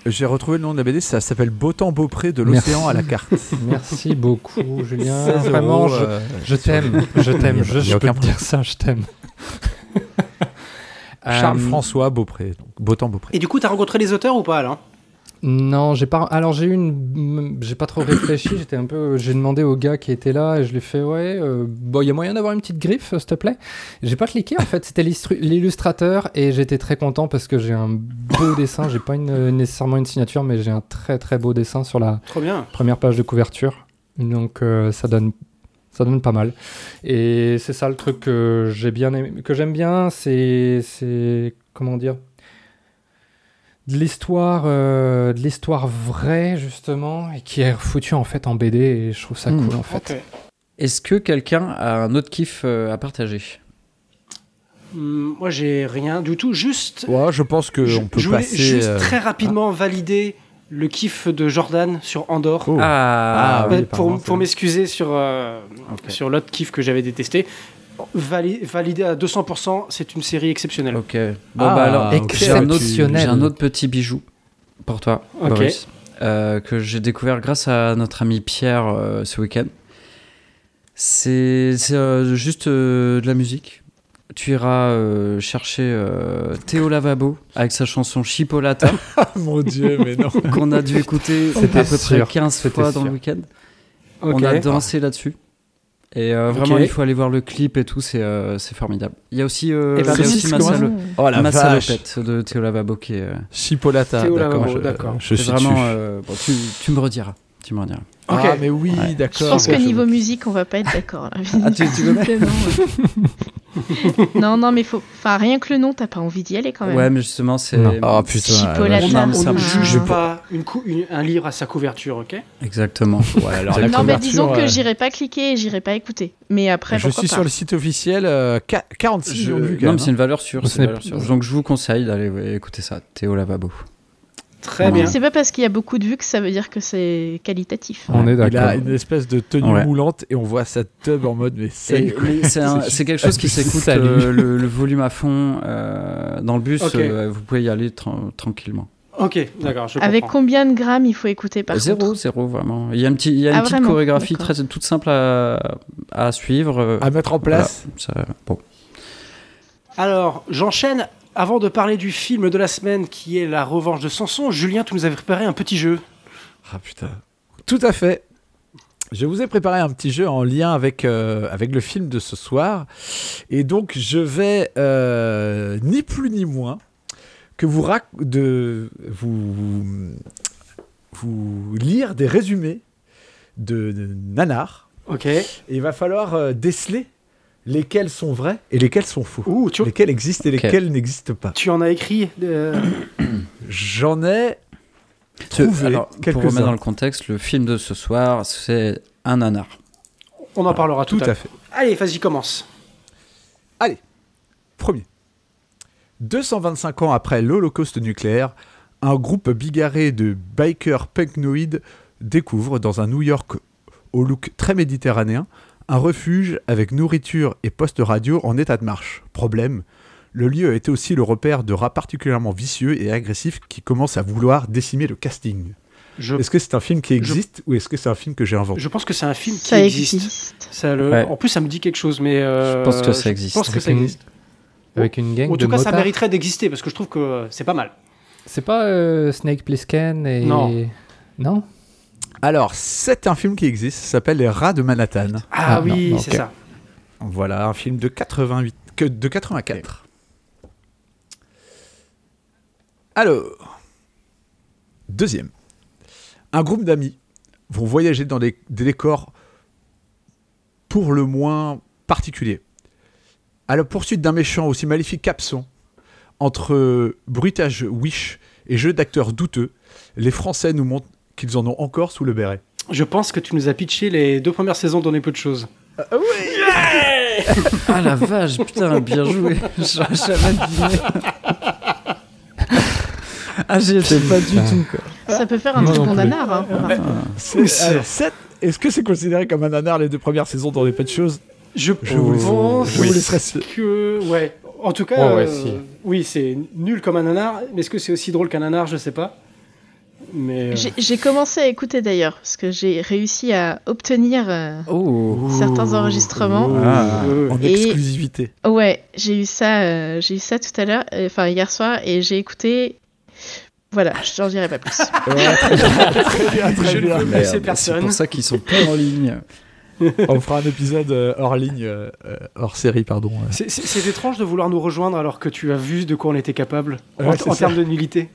S3: J'ai retrouvé le nom de la BD, ça s'appelle Beautemps Beaupré de l'océan à la carte.
S4: Merci beaucoup, Julien.
S3: 16 euros,
S4: Ah, Vraiment, je,
S3: euh,
S4: je
S3: sur-
S4: t'aime. Je
S3: Il y
S4: t'aime.
S3: a
S4: Je, je
S3: aucun
S4: peux te
S3: problème.
S4: dire ça, je t'aime.
S3: Charles
S4: Euh,
S3: François Beaupré, donc Beautemps Beaupré.
S2: Et du coup, t'as rencontré les auteurs ou pas, alors
S4: Non, j'ai pas. Alors j'ai eu une. J'ai pas trop réfléchi. J'étais un peu. J'ai demandé au gars qui était là et je lui ai fait ouais. euh, bon, il y a moyen d'avoir une petite griffe, euh, s'il te plaît. J'ai pas cliqué en fait. C'était l'illustru- l'illustrateur et j'étais très content parce que j'ai un beau dessin. J'ai pas une, euh, nécessairement une signature, mais j'ai un très très beau dessin sur la
S2: Trop bien.
S4: première page de couverture. Donc euh, ça donne ça donne pas mal. Et c'est ça le truc que j'ai bien aimé- que j'aime bien, c'est c'est comment dire de l'histoire euh, de l'histoire vraie justement et qui est foutue en fait en BD et je trouve ça
S1: Mmh.
S4: cool en fait.
S2: Ok.
S1: Est-ce que quelqu'un a un autre kiff euh, à partager
S2: Hum, moi, j'ai rien du tout. Juste,
S3: Ouais, je pense
S2: je,
S3: qu'on peut
S2: je voulais
S3: passer.
S2: juste
S3: euh,
S2: très rapidement valider le kiff de Jordan sur Andorre.
S3: oh.
S1: Ah,
S3: Ah,
S2: Bah,
S4: oui,
S2: pour
S4: pardon, c'est
S2: pour
S4: vrai.
S2: m'excuser sur, euh, sur l'autre kiff que j'avais détesté, vali- validé à 200%, c'est une série exceptionnelle.
S1: ok. Bon,
S3: Ah,
S1: bah alors,
S4: ok.
S1: j'ai un, autre,
S4: Exceptionnel.
S1: j'ai un autre petit bijou pour toi,
S2: Ok.
S1: Boris, euh, que j'ai découvert grâce à notre ami Pierre euh, ce week-end. C'est c'est, euh, juste euh, de la musique. Tu iras euh, chercher euh, Théo Lavabo avec sa chanson Chipolata.
S3: Mon dieu, mais non.
S1: qu'on a dû écouter
S4: C'était
S1: à peu
S4: sûr,
S1: près 15
S4: c'était
S1: fois dans le
S4: sûr.
S1: week-end.
S2: Ok.
S1: On a dansé là-dessus. Et euh, vraiment,
S2: Ok.
S1: il faut aller voir le clip et tout, c'est euh, c'est formidable. Il y a aussi, euh,
S2: Eh
S1: il
S2: ben,
S1: y a
S2: merci,
S1: aussi ma,
S3: comment ça
S1: salo-
S3: Oh la
S1: ma
S3: vache.
S1: salopette de Théo Lavabo qui est euh,
S3: Chipolata,
S2: Théo
S3: d'accord.
S2: Lavabo,
S3: Je,
S2: d'accord.
S3: je suis
S1: vraiment.
S3: dessus.
S1: euh, bon, tu, tu me rediras. Tu me rediras.
S3: Ah
S2: Ok.
S3: mais oui,
S1: Ouais.
S3: d'accord.
S5: Je pense que
S3: Ouais,
S5: niveau musique, on va pas être d'accord. là.
S1: Ah, tu- tu veux
S5: Visiblement, ouais. non, non, mais faut. Enfin, rien que le nom, t'as pas envie d'y aller quand même.
S1: Ouais, mais justement, c'est.
S3: Non. Ah, putain,
S5: Chipolata.
S1: ouais, non, mais
S2: on
S1: ça-
S2: ne
S5: je-
S2: juge pas une cou- une- un livre à sa couverture, ok
S1: Exactement. Ouais, alors,
S3: la
S5: non, mais
S3: couverture,
S5: disons
S3: euh,
S5: que j'irai pas cliquer et j'irai pas écouter. Mais après,
S3: je
S5: pourquoi
S3: suis
S5: pas.
S3: sur le site officiel, euh, qua- 46
S1: je-
S3: millions de vues
S1: Non,
S3: quand même, hein.
S1: mais c'est une valeur sûre.
S4: Ce
S1: c'est une
S4: n'est
S1: valeur
S4: pas-
S1: sûre. Donc je vous conseille d'aller ouais, écouter ça. Théo Lavabo.
S2: Très
S5: Mais
S2: bien.
S5: C'est pas parce qu'il y a beaucoup de vues que ça veut dire que c'est qualitatif.
S4: On est
S3: Il a
S4: d'accord.
S3: une espèce de tenue
S1: Ouais.
S3: moulante et on voit sa tub en mode mais
S1: Et-
S3: salut.
S1: mais C'est un- c'est quelque chose qui s'écoute
S4: Salut.
S1: euh, le, le volume à fond euh, dans le bus.
S2: Ok.
S1: euh, vous pouvez y aller tra- tranquillement.
S2: Ok, d'accord, je
S5: Avec
S2: comprends.
S5: combien de grammes il faut écouter par
S1: zéro,
S5: contre
S1: zéro vraiment. Il y a, un petit, il y a une
S5: Ah,
S1: petite
S5: vraiment
S1: chorégraphie
S5: D'accord.
S1: très, toute simple à, à suivre. euh,
S3: à mettre en place.
S1: ça- bon.
S2: Alors, j'enchaîne. Avant de parler du film de la semaine qui est La Revanche de Samson, Julien, tu nous avais préparé un petit jeu.
S3: Ah putain. Tout à fait. Je vous ai préparé un petit jeu en lien avec, euh, avec le film de ce soir. Et donc, je vais, euh, ni plus ni moins, que vous, rac- de, vous, vous lire des résumés de, de nanars.
S2: Ok.
S3: Et il va falloir euh, déceler lesquels sont vrais et lesquels sont faux.
S2: Ouh, tu,
S3: Lesquels existent et
S1: Ok.
S3: lesquels n'existent pas.
S2: tu en as écrit. euh,
S3: J'en ai
S1: Ce-
S3: trouvé
S1: alors, pour
S3: quelques-uns.
S1: remettre dans le contexte, le film de ce soir, c'est un nanar.
S2: on en parlera tout,
S3: Tout
S2: à
S3: à
S2: l'heure.
S3: fait.
S2: Allez, vas-y, commence.
S3: Premier. 225 ans après l'Holocauste nucléaire, un groupe bigarré de bikers punknoïdes découvre dans un New York au look très méditerranéen un refuge avec nourriture et poste radio en état de marche. Problème, le lieu était aussi le repère de rats particulièrement vicieux et agressifs qui commencent à vouloir décimer le casting.
S2: Je,
S3: Est-ce que c'est un film qui existe ou est-ce que c'est un film que j'ai inventé
S2: je pense que c'est un film qui
S5: Ça
S2: existe.
S5: existe.
S2: Ça le-
S1: Ouais.
S2: En plus, ça me dit quelque chose, mais. euh,
S1: Je pense que ça existe.
S2: Je pense que ça
S4: Avec une-
S2: existe.
S4: Avec une gang
S2: En
S4: de
S2: tout cas, ça
S4: motards.
S2: mériterait d'exister parce que je trouve que euh, c'est pas mal.
S4: C'est pas euh, Snake Plissken et...
S2: Non.
S4: Non
S3: Alors, c'est un film qui existe, ça s'appelle Les Rats de Manhattan.
S2: Ah,
S4: Ah,
S2: oui,
S4: non, non,
S2: c'est
S4: ok.
S2: ça.
S3: Voilà, un film de 88, que- de 84. Alors, deuxième. Un groupe d'amis vont voyager dans des, des décors pour le moins particuliers. À la poursuite d'un méchant aussi maléfique qu'absent, entre bruitage wish et jeu d'acteurs douteux, les Français nous montrent qu'ils en ont encore sous le béret.
S2: Je pense que tu nous as pitché les deux premières saisons d'On est peu de choses.
S1: Ah la vache, putain, bien joué. J'aurais jamais deviné. Ah, j'y étais pas du tout. Quoi.
S5: Ça peut faire un
S4: Moi
S5: truc
S4: Ah. non
S5: bon
S4: plus.
S5: nanar. hein, remarque.
S3: C'est- alors, c'est- Est-ce que c'est considéré comme un nanar les deux premières saisons dans les petites choses
S2: Je
S3: Je vous-
S2: pense
S3: je vous laisserai-
S2: que. Ouais. En tout cas,
S4: Ouais, ouais,
S2: euh,
S4: si.
S2: oui, c'est nul comme un nanar. Mais est-ce que c'est aussi drôle qu'un nanar Je sais pas. Mais. euh,
S5: J'ai- J'ai commencé à écouter d'ailleurs, parce que j'ai réussi à obtenir euh,
S1: Oh.
S5: certains enregistrements.
S1: Ah.
S2: euh,
S3: en
S5: Et-
S3: exclusivité.
S5: Ouais, j'ai eu ça, euh, j'ai eu ça tout à l'heure, euh, enfin hier soir, et j'ai écouté. Voilà, je n'en dirai pas plus.
S3: Très
S2: Je
S3: bien, Ah, très
S2: ne
S3: bien.
S2: veux
S1: Merde,
S2: blesser
S1: C'est
S2: personne.
S1: pour ça qu'ils sont pas en ligne.
S3: On fera un épisode euh, hors ligne, euh, euh, hors série, pardon. euh.
S2: C'est- C'est c'est étrange de vouloir nous rejoindre alors que tu as vu de quoi on était capable
S3: Ouais,
S2: en,
S3: c'est
S2: en
S3: ça.
S2: termes de nullité.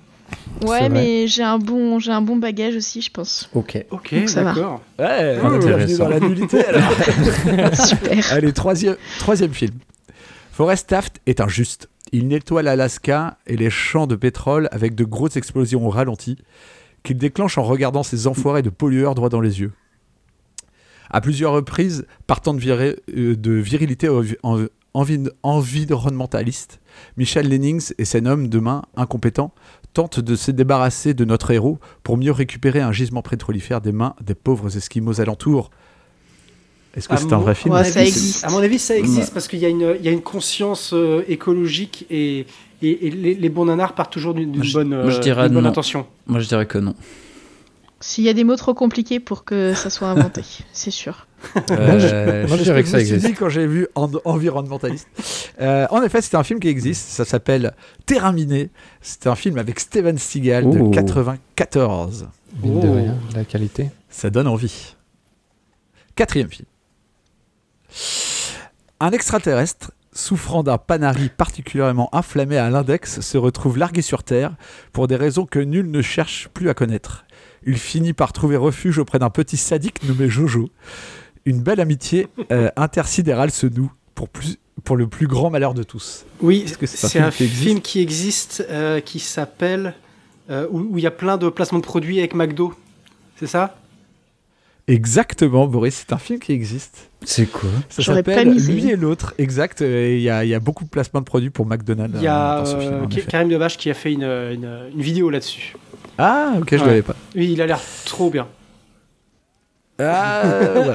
S5: Ouais,
S4: vrai.
S5: mais j'ai un bon, j'ai un bon bagage aussi, je pense.
S1: Ok.
S2: Ok,
S5: Donc ça va.
S2: d'accord.
S3: Ouais,
S2: Mmh.
S3: on est revenu
S1: Intéressant.
S3: dans la nullité alors.
S5: Super.
S3: Allez, troisième, troisième film. Forrest Taft est injuste. Il nettoie l'Alaska et les champs de pétrole avec de grosses explosions au ralenti qu'il déclenche en regardant ces enfoirés de pollueurs droit dans les yeux. À plusieurs reprises, partant de, viré- euh, de virilité envi- en- envi- environnementaliste, Michel Lennings et ses hommes de main incompétents tentent de se débarrasser de notre héros pour mieux récupérer un gisement pétrolifère des mains des pauvres Esquimaux alentours. Est-ce que
S2: Ah,
S3: c'est un
S2: mon-
S3: vrai film
S5: Ouais,
S2: à mon
S5: ça
S2: avis,
S5: existe.
S2: c'est- À mon avis, ça existe
S1: Ouais.
S2: parce qu'il y, a une- il y a une conscience euh, écologique et, et- et les, les bons nanars partent toujours d'une d'une
S1: Moi, je-
S2: bonne,
S1: moi, je
S2: euh,
S1: dirais
S2: d'une bonne
S1: non.
S2: intention.
S1: Moi, je dirais que non.
S5: S'il y a des mots trop compliqués pour que ça soit inventé, c'est sûr.
S4: Moi, je- moi, je
S3: c'est ce
S4: dirais que
S3: Euh, je
S4: ça
S3: me suis
S4: existe.
S3: dit quand j'ai vu en- Environnementaliste. Euh, en effet, c'est un film qui existe. Ça s'appelle Terrain miné. C'est un film avec Steven Seagal de
S1: Oh.
S3: 94.
S4: Mine de
S2: Oh.
S4: rien, la qualité.
S3: Ça donne envie. Quatrième film. Un extraterrestre souffrant d'un panari particulièrement inflammé à l'index se retrouve largué sur Terre pour des raisons que nul ne cherche plus à connaître. Il finit par trouver refuge auprès d'un petit sadique nommé Jojo. Une belle amitié euh, intersidérale se noue pour plus, pour le plus grand malheur de tous.
S2: Oui,
S3: Est-ce que c'est
S2: c'est un
S3: un film qui existe
S2: film qui existe, euh, qui s'appelle. euh, où où il y a plein de placements de produits avec McDo. C'est ça
S3: Exactement, Boris, c'est un film qui existe.
S1: C'est quoi
S3: Ça
S5: J'aurais pas
S3: s'appelle
S5: misé.
S3: Lui et l'autre, exact. et Il y a, il y a beaucoup de placements de produits pour McDonald's.
S2: Il y a
S3: euh, dans ce film,
S2: euh,
S3: en
S2: Ka-
S3: effet.
S2: Karim Debache qui a fait une, une- une vidéo là-dessus.
S3: Ah, ok, je
S2: Ouais.
S3: l'avais pas.
S2: Oui, il a l'air trop bien.
S3: Ah, ouais.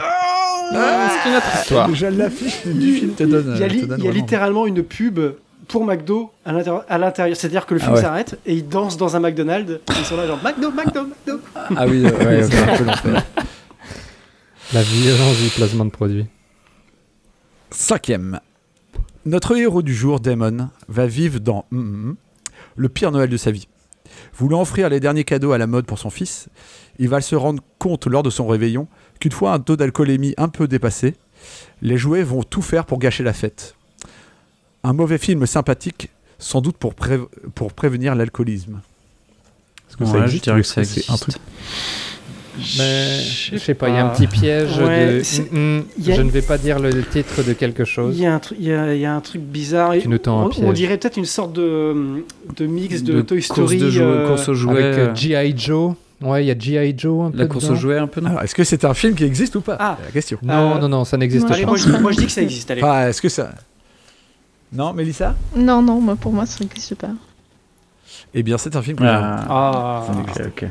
S4: c'est une autre histoire.
S3: Déjà l'affiche du film te donne.
S2: Il y a,
S3: Euh, te
S2: li-
S3: donne
S2: il y a
S3: vraiment-
S2: littéralement une pub pour McDo à l'intérieur- à l'intérieur. C'est-à-dire que le
S1: Ah
S2: film
S1: ouais.
S2: s'arrête et ils dansent dans un McDonald's. Ils sont là genre McDo, McDo, McDo.
S1: Ah oui, euh, ouais,
S3: Ouais,
S1: ok.
S3: c'est un peu l'enfer.
S4: La violence du placement de produit.
S3: Cinquième. Notre héros du jour, Damon, va vivre dans hum, hum, le pire Noël de sa vie. Voulant offrir les derniers cadeaux à la mode pour son fils, il va se rendre compte lors de son réveillon qu'une fois un taux d'alcoolémie un peu dépassé, les jouets vont tout faire pour gâcher la fête. Un mauvais film sympathique, sans doute pour, pré- pour prévenir l'alcoolisme. Est-ce que ça
S1: Ouais, je
S3: existe
S1: dirais
S3: ou
S1: que ça
S3: est-ce c'est un truc
S1: existe.
S4: Mais je sais pas, il y a un petit piège
S2: Ouais,
S4: de.
S2: c'est-
S4: Mm, mm,
S2: il y a-
S4: Je ne vais pas dire le titre de quelque
S2: Il
S4: chose.
S2: y, a un truc- il y a, il y a un truc bizarre. Et
S4: Tu nous tends un
S2: on,
S4: piège.
S2: on dirait peut-être une sorte de, de mix de,
S1: De
S2: Toy
S1: course
S2: Story.
S1: de jouets-
S2: euh,
S1: course aux jouets,
S4: Avec euh,
S1: euh,
S4: G.I. Joe. Ouais, il y a G.I. Joe un peu.
S1: la course aux
S4: dedans.
S1: jouets un peu, non
S3: Alors, Ah, est-ce que c'est un film qui existe ou pas
S2: Ah.
S3: C'est la question.
S4: Non,
S2: Euh,
S4: non, non, ça n'existe
S5: non,
S4: pas.
S2: Allez, moi, je, moi, je dis que ça existe. Allez.
S3: Enfin, est-ce que ça. Non, Mélissa
S5: Non, non, moi, pour moi, ça n'existe pas.
S3: Eh bien, c'est un film qui
S1: Ah,
S2: Ah.
S1: ok, ok.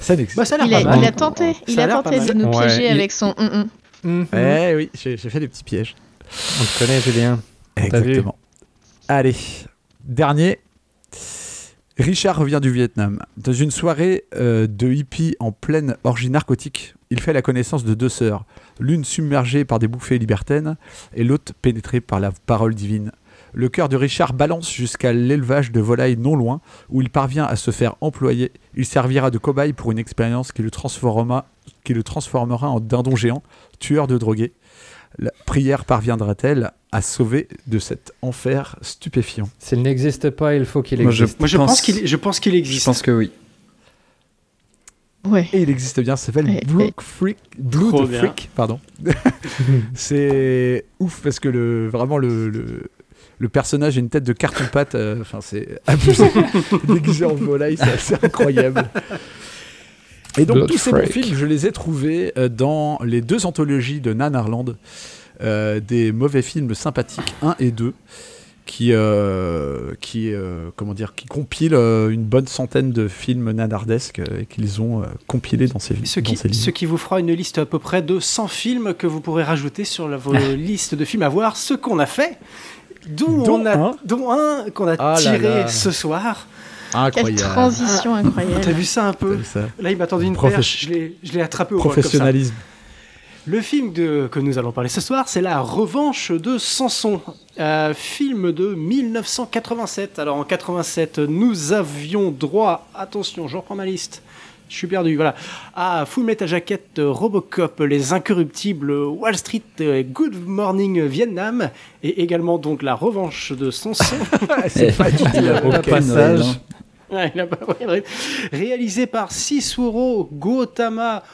S3: Ça n'existe.
S2: Bah, ça a l'air
S5: Il
S2: pas
S5: a,
S2: mal.
S5: il a tenté,
S2: Ça
S5: il
S2: a
S5: a
S2: l'air pas
S5: tenté de
S2: mal.
S5: nous
S4: Ouais,
S5: piéger
S4: il-
S5: avec son hum, hum.
S4: Mhm.
S3: Eh oui, j'ai j'ai fait des petits pièges.
S4: On te connaît, Julien. T'as vu
S3: Exactement. Allez, dernier. Richard revient du Vietnam. Dans une soirée euh, de hippies en pleine orgie narcotique, il fait la connaissance de deux sœurs, l'une submergée par des bouffées libertaines et l'autre pénétrée par la parole divine. Le cœur de Richard balance jusqu'à l'élevage de volailles non loin, où il parvient à se faire employer. Il servira de cobaye pour une expérience qui le transformera, qui le transformera en dindon géant, tueur de drogués. La prière parviendra-t-elle à sauver de cet enfer stupéfiant
S4: S'il n'existe pas, il faut qu'il
S1: Moi, je-
S4: existe.
S2: Moi, je
S1: Pense-
S2: pense qu'il je pense qu'il
S1: Je
S2: existe.
S1: pense que oui.
S5: Ouais.
S3: Et il existe bien, ça s'appelle
S5: Eh,
S3: Blue Freak. Blue
S2: Trop
S3: the
S2: bien.
S3: Freak, pardon. c'est ouf parce que le, vraiment le, le, le personnage a une tête de carton-pâte. euh, Enfin, c'est abusé. Déguisé en volaille, c'est assez incroyable. Et donc,
S4: Blue
S3: tous ces bons
S4: Freak.
S3: films, je les ai trouvés euh, dans les deux anthologies de Nan Arland, euh, des mauvais films sympathiques 1 et 2 qui euh, qui euh, comment dire qui compile euh, une bonne centaine de films nanardesques euh, et qu'ils ont euh, compilés dans ces
S2: Ce
S3: dans
S2: qui,
S3: ces livres.
S2: ce qui vous fera une liste à peu près de 100 films que vous pourrez rajouter sur la, vos listes de films à voir, ce qu'on a fait, dont,
S3: Dont
S2: on a,
S3: un.
S2: dont un qu'on a
S3: Ah là
S2: tiré
S3: là.
S2: ce soir.
S5: Quelle
S3: Incroyable.
S5: transition incroyable.
S2: T'as vu ça un peu
S3: T'as vu ça
S2: Là, il m'attendait une
S3: Professe-
S2: perche, je l'ai- je l'ai attrapé au vol comme ça.
S3: Professionnalisme.
S2: Le film de- que nous allons parler ce soir, c'est La Revanche de Samson, euh, film de 1987. Alors en 87, nous avions droit, attention, je reprends ma liste, je suis perdu, voilà, à Full Metal Jacket, euh, Robocop, Les Incorruptibles, Wall Street, euh, Good Morning Vietnam, et également donc La Revanche de Samson.
S1: C'est pas du
S4: aucun passage.
S3: hein.
S2: Ouais, Ah, il a pas- ouais, ouais. Réalisé par Sisuro Gautama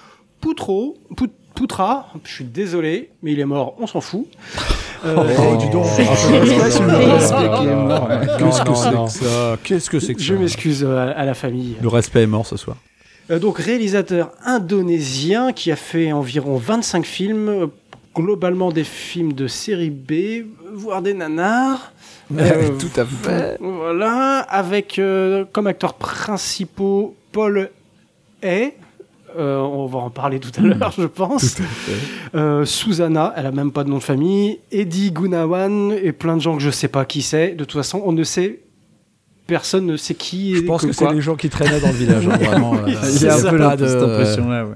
S2: Putro, Put- Putra. Je suis désolé, mais il est mort, on s'en fout. Euh,
S3: Oh, dis donc.
S5: C'est-
S3: Ah,
S5: c'est-
S3: c'est pas
S5: c'est-
S3: celui-là.
S5: c'est-
S3: Ah,
S1: c'est-
S3: non,
S1: c'est-
S3: non, Qu'est-ce que
S4: non,
S3: c'est
S4: non.
S3: que ça Qu'est-ce que c'est que ça
S2: je m'excuse euh, à la famille.
S3: Le respect est mort ce soir.
S2: Euh, donc, réalisateur indonésien qui a fait environ 25 films, euh, globalement des films de série B, voire des nanars. Euh,
S3: Tout à fait.
S2: Voilà, avec euh, comme acteurs principaux Paul Hay. Euh, on va en parler tout à
S3: Hmm.
S2: l'heure, je pense. Euh, Susanna, elle a même pas de nom de famille. Eddie Gunawan et plein de gens que je sais pas qui c'est. De toute façon, on ne sait. Personne ne sait qui.
S3: Je
S2: et
S3: pense
S2: comme
S3: que c'est
S2: quoi.
S3: les gens qui traînaient dans le village. hein, vraiment, euh,
S1: Il y a
S3: y
S1: un peu
S3: pas euh,
S1: la, cette impression-là, ouais.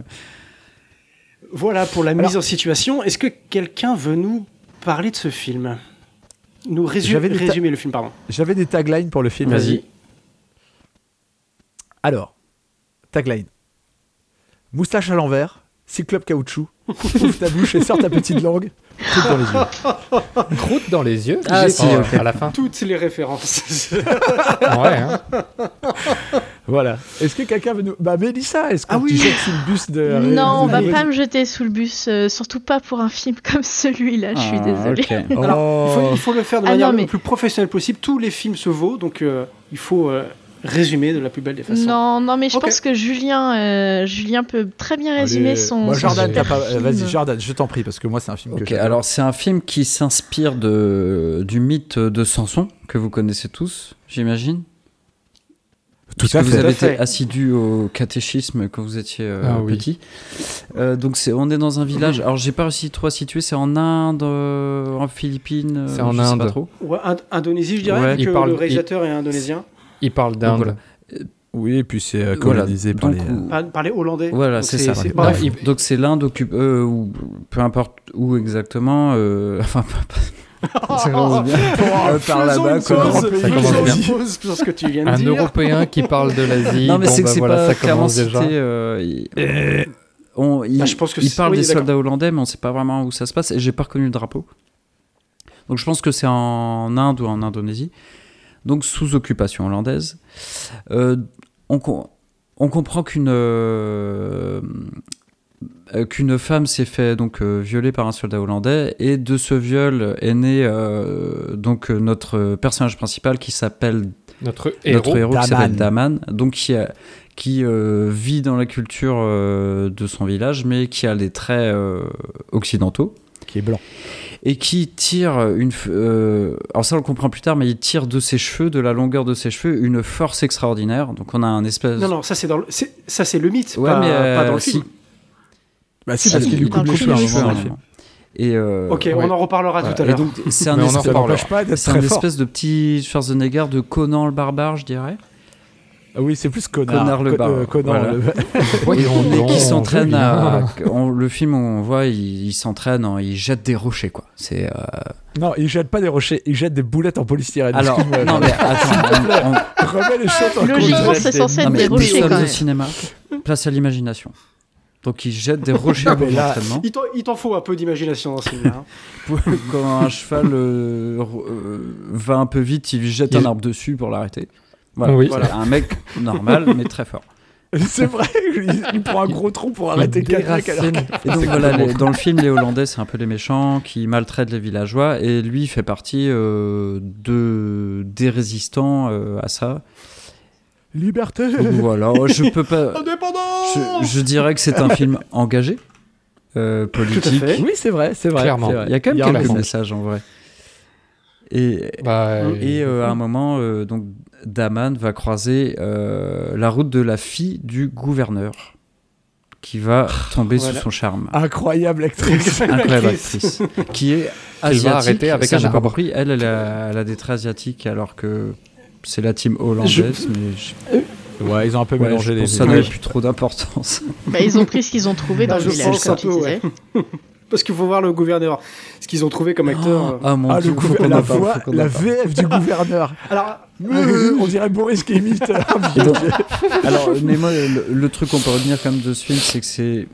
S2: Voilà pour la mise en situation. Est-ce que quelqu'un veut nous parler de ce film Nous résu-
S3: J'avais des ta-
S2: résumer le film, pardon.
S3: J'avais des taglines pour le film. Alors, tagline. Moustache à l'envers, cyclope caoutchouc, ouvre ta bouche et sors ta petite langue, truc dans les yeux.
S4: Croûte dans les yeux
S1: Ah,
S4: J'ai-
S1: si,
S4: Oh,
S1: ok.
S4: à la fin.
S2: Toutes les références.
S4: Ouais, hein.
S3: Voilà. Est-ce que quelqu'un veut nous. Bah, Mélissa, est-ce qu'on
S2: Ah oui.
S3: tu jettes sous le bus de.
S5: Non, on va
S2: Allez.
S5: pas me jeter sous le bus, euh, surtout pas pour un film comme celui-là, je suis
S1: Ah,
S5: désolée.
S1: ok.
S3: Oh.
S2: Il faut, il faut le faire de
S5: Ah
S2: manière
S5: non, mais-
S2: le plus professionnelle possible. Tous les films se vaut, donc euh, il faut euh, résumer de la plus belle des façons.
S5: Non, non, mais je
S2: Ok.
S5: pense que Julien, euh, Julien peut très bien résumer
S3: Allez.
S5: son.
S3: Moi,
S5: son
S3: Jordan, t'as
S5: super
S3: pas. euh,
S5: film.
S3: Vas-y, Jordan, je t'en prie, parce que moi, c'est un film que
S1: Ok,
S3: j'adore.
S1: alors c'est un film qui s'inspire de, du mythe de Samson, que vous connaissez tous, j'imagine.
S3: Tout
S1: Puisque
S3: à
S1: vous
S3: fait.
S1: avez
S2: Tout à fait.
S1: été assidu au catéchisme quand vous étiez euh,
S4: Ah oui.
S1: petit. Euh, donc c'est, on est dans un village. Alors j'ai pas réussi trop à situer. C'est en Inde, euh, en Philippines. euh,
S4: C'est en
S1: je sais
S4: Inde.
S1: pas trop.
S2: Ouais, Ind- Indonésie, je dirais,
S1: Ouais,
S2: vu
S4: il
S2: que
S4: parle-
S2: le réalisateur est indonésien.
S4: Il parle
S1: Donc,
S4: d'Inde.
S1: voilà.
S3: Oui, et puis c'est euh,
S1: Voilà,
S3: colonisé
S1: donc,
S3: par les. euh,
S1: où-
S2: Par, par les Ah, Hollandais.
S1: Voilà,
S2: Donc
S1: c'est ça.
S3: c'est-
S1: Non,
S2: bref.
S1: il- donc c'est l'Inde occupe euh, ou peu importe où exactement. euh, enfin,
S4: Ça commence bien.
S3: Euh, par là-bas, quoi.
S4: Ça commence
S2: faisons
S4: bien.
S2: une pause sur ce que tu viens de
S4: Un
S2: dire.
S4: Européen qui parle de l'Asie.
S1: non mais
S4: bon,
S1: c'est que
S4: bah
S1: c'est
S4: voilà,
S1: pas
S4: ça
S1: clairement
S4: commence
S1: cité.
S4: déjà.
S1: euh, il- on- il-
S2: Bah, je pense que
S1: il
S2: c'est-
S1: parle
S2: oui,
S1: des
S2: d'accord.
S1: soldats hollandais, mais on sait pas vraiment où ça se passe. Et j'ai pas reconnu le drapeau. Donc je pense que c'est en Inde ou en Indonésie. Donc sous occupation hollandaise. Euh, on, com- on comprend qu'une euh, euh, qu'une femme s'est fait donc euh, violer par un soldat hollandais et de ce viol est né euh, donc euh, notre personnage principal qui s'appelle
S4: Notre
S1: notre
S4: héros.
S1: héros qui
S3: Daman.
S1: s'appelle Daman, donc qui, a- qui euh, vit dans la culture euh, de son village, mais qui a les traits euh, occidentaux
S3: euh, Qui est blanc.
S1: et qui tire une. f- euh, alors ça, on le comprend plus tard, mais il tire de ses cheveux, de la longueur de ses cheveux, une force extraordinaire. Donc on a un espèce.
S2: Non, non, ça c'est dans le, c'est- ça c'est le mythe,
S1: Ouais,
S2: pas,
S1: mais euh,
S2: pas dans le
S1: si.
S2: film.
S3: Bah, si,
S5: Si,
S3: parce qu'il lui
S5: dans
S3: coupe
S5: le
S3: les
S5: film,
S3: cheveux à un
S5: il
S3: moment
S5: coupe
S3: dans
S1: Voilà.
S3: le film.
S1: Et euh,
S2: Ok,
S4: ouais.
S2: on en reparlera
S1: voilà.
S2: tout à
S1: Et
S2: l'heure.
S1: donc c'est un
S4: Mais on en
S1: espèce-
S3: Ça
S4: reparlera.
S3: n'empêche pas d'être
S1: c'est un
S3: très fort.
S1: espèce de petit Schwarzenegger de Conan le barbare, je dirais.
S3: Ah oui, c'est plus connard.
S1: Connard le
S3: Co-
S1: bar.
S3: euh, Conan
S1: Voilà.
S3: le-
S4: Voyons
S1: mais
S4: donc,
S1: qui s'entraîne à.
S4: Julien.
S1: on- le film, on voit, il, il s'entraîne, en- il jette des rochers, quoi. C'est. euh,
S3: Non, il jette pas des rochers, il jette des boulettes en polystyrène.
S1: Alors,
S3: Ah, Excuse-moi,
S1: non, mais attends,
S3: je remets les choses en
S5: Logiquement,
S3: contexte.
S5: c'est
S1: on-
S5: censé
S1: on-
S5: être
S1: non, mais
S5: des
S1: nous
S5: rochers quand
S1: sommes au
S5: même.
S1: cinéma, place à l'imagination. Donc, il jette des rochers
S3: Non,
S1: pour
S3: mais là-
S1: l'entraînement,
S2: Il t'en- Il t'en faut un peu d'imagination dans ce film. hein.
S1: Pour- Quand un cheval euh, ro- euh, va un peu vite, il jette un arbre dessus pour l'arrêter. Voilà,
S4: Oui.
S1: voilà, un mec normal, mais très fort.
S3: C'est vrai, il, il prend un gros tronc pour arrêter quatre mecs alors que-
S1: Et donc, voilà, les- dans le film, les Hollandais, c'est un peu les méchants qui maltraitent les villageois, et lui fait partie euh, de, des résistants euh, à ça.
S3: Liberté
S1: Donc, voilà, oh, je peux pas.
S2: Indépendant
S1: Je, je dirais que c'est un film engagé, euh, politique.
S2: Tout à fait.
S3: Oui, c'est vrai, c'est vrai.
S4: Clairement.
S3: c'est vrai.
S1: Il y a quand même
S3: un
S1: quelques
S3: message.
S1: messages en vrai. Et,
S4: Bah,
S1: et euh, à un moment, euh, donc Daman va croiser euh, la route de la fille du gouverneur, qui va tomber
S2: Voilà. Ah,
S1: sous son charme.
S3: Incroyable actrice.
S1: Incroyable actrice, qui est asiatique.
S4: arrêter avec
S1: Ça,
S4: un
S1: j'ai pas
S4: arbre.
S1: compris. Elle, elle a, elle a des traits asiatiques, alors que c'est la team hollandaise, mais je,
S3: Ouais, ils ont un peu
S1: ouais,
S3: mélangé
S1: je
S3: les
S1: pense que ça n'avait plus trop d'importance.
S5: Bah, ils ont pris ce qu'ils ont trouvé dans
S2: Bah,
S5: le
S2: je
S5: village,
S2: pense
S5: comme
S2: un
S5: tu
S2: peu,
S5: disais.
S2: Parce qu'il faut voir le gouverneur, ce qu'ils ont trouvé comme acteur.
S1: Ah mon
S3: Ah,
S1: dieu,
S3: le
S1: faut
S3: gouver-
S1: qu'on
S3: la
S1: en parle,
S3: voix,
S1: faut qu'on en
S3: la
S1: parle. Ah,
S3: VF du gouverneur.
S2: Alors,
S3: Euh, On dirait Boris qui imite un
S1: Et
S3: vieux.
S1: donc- alors, mais moi, le, le truc qu'on peut retenir quand même de ce film, c'est que c'est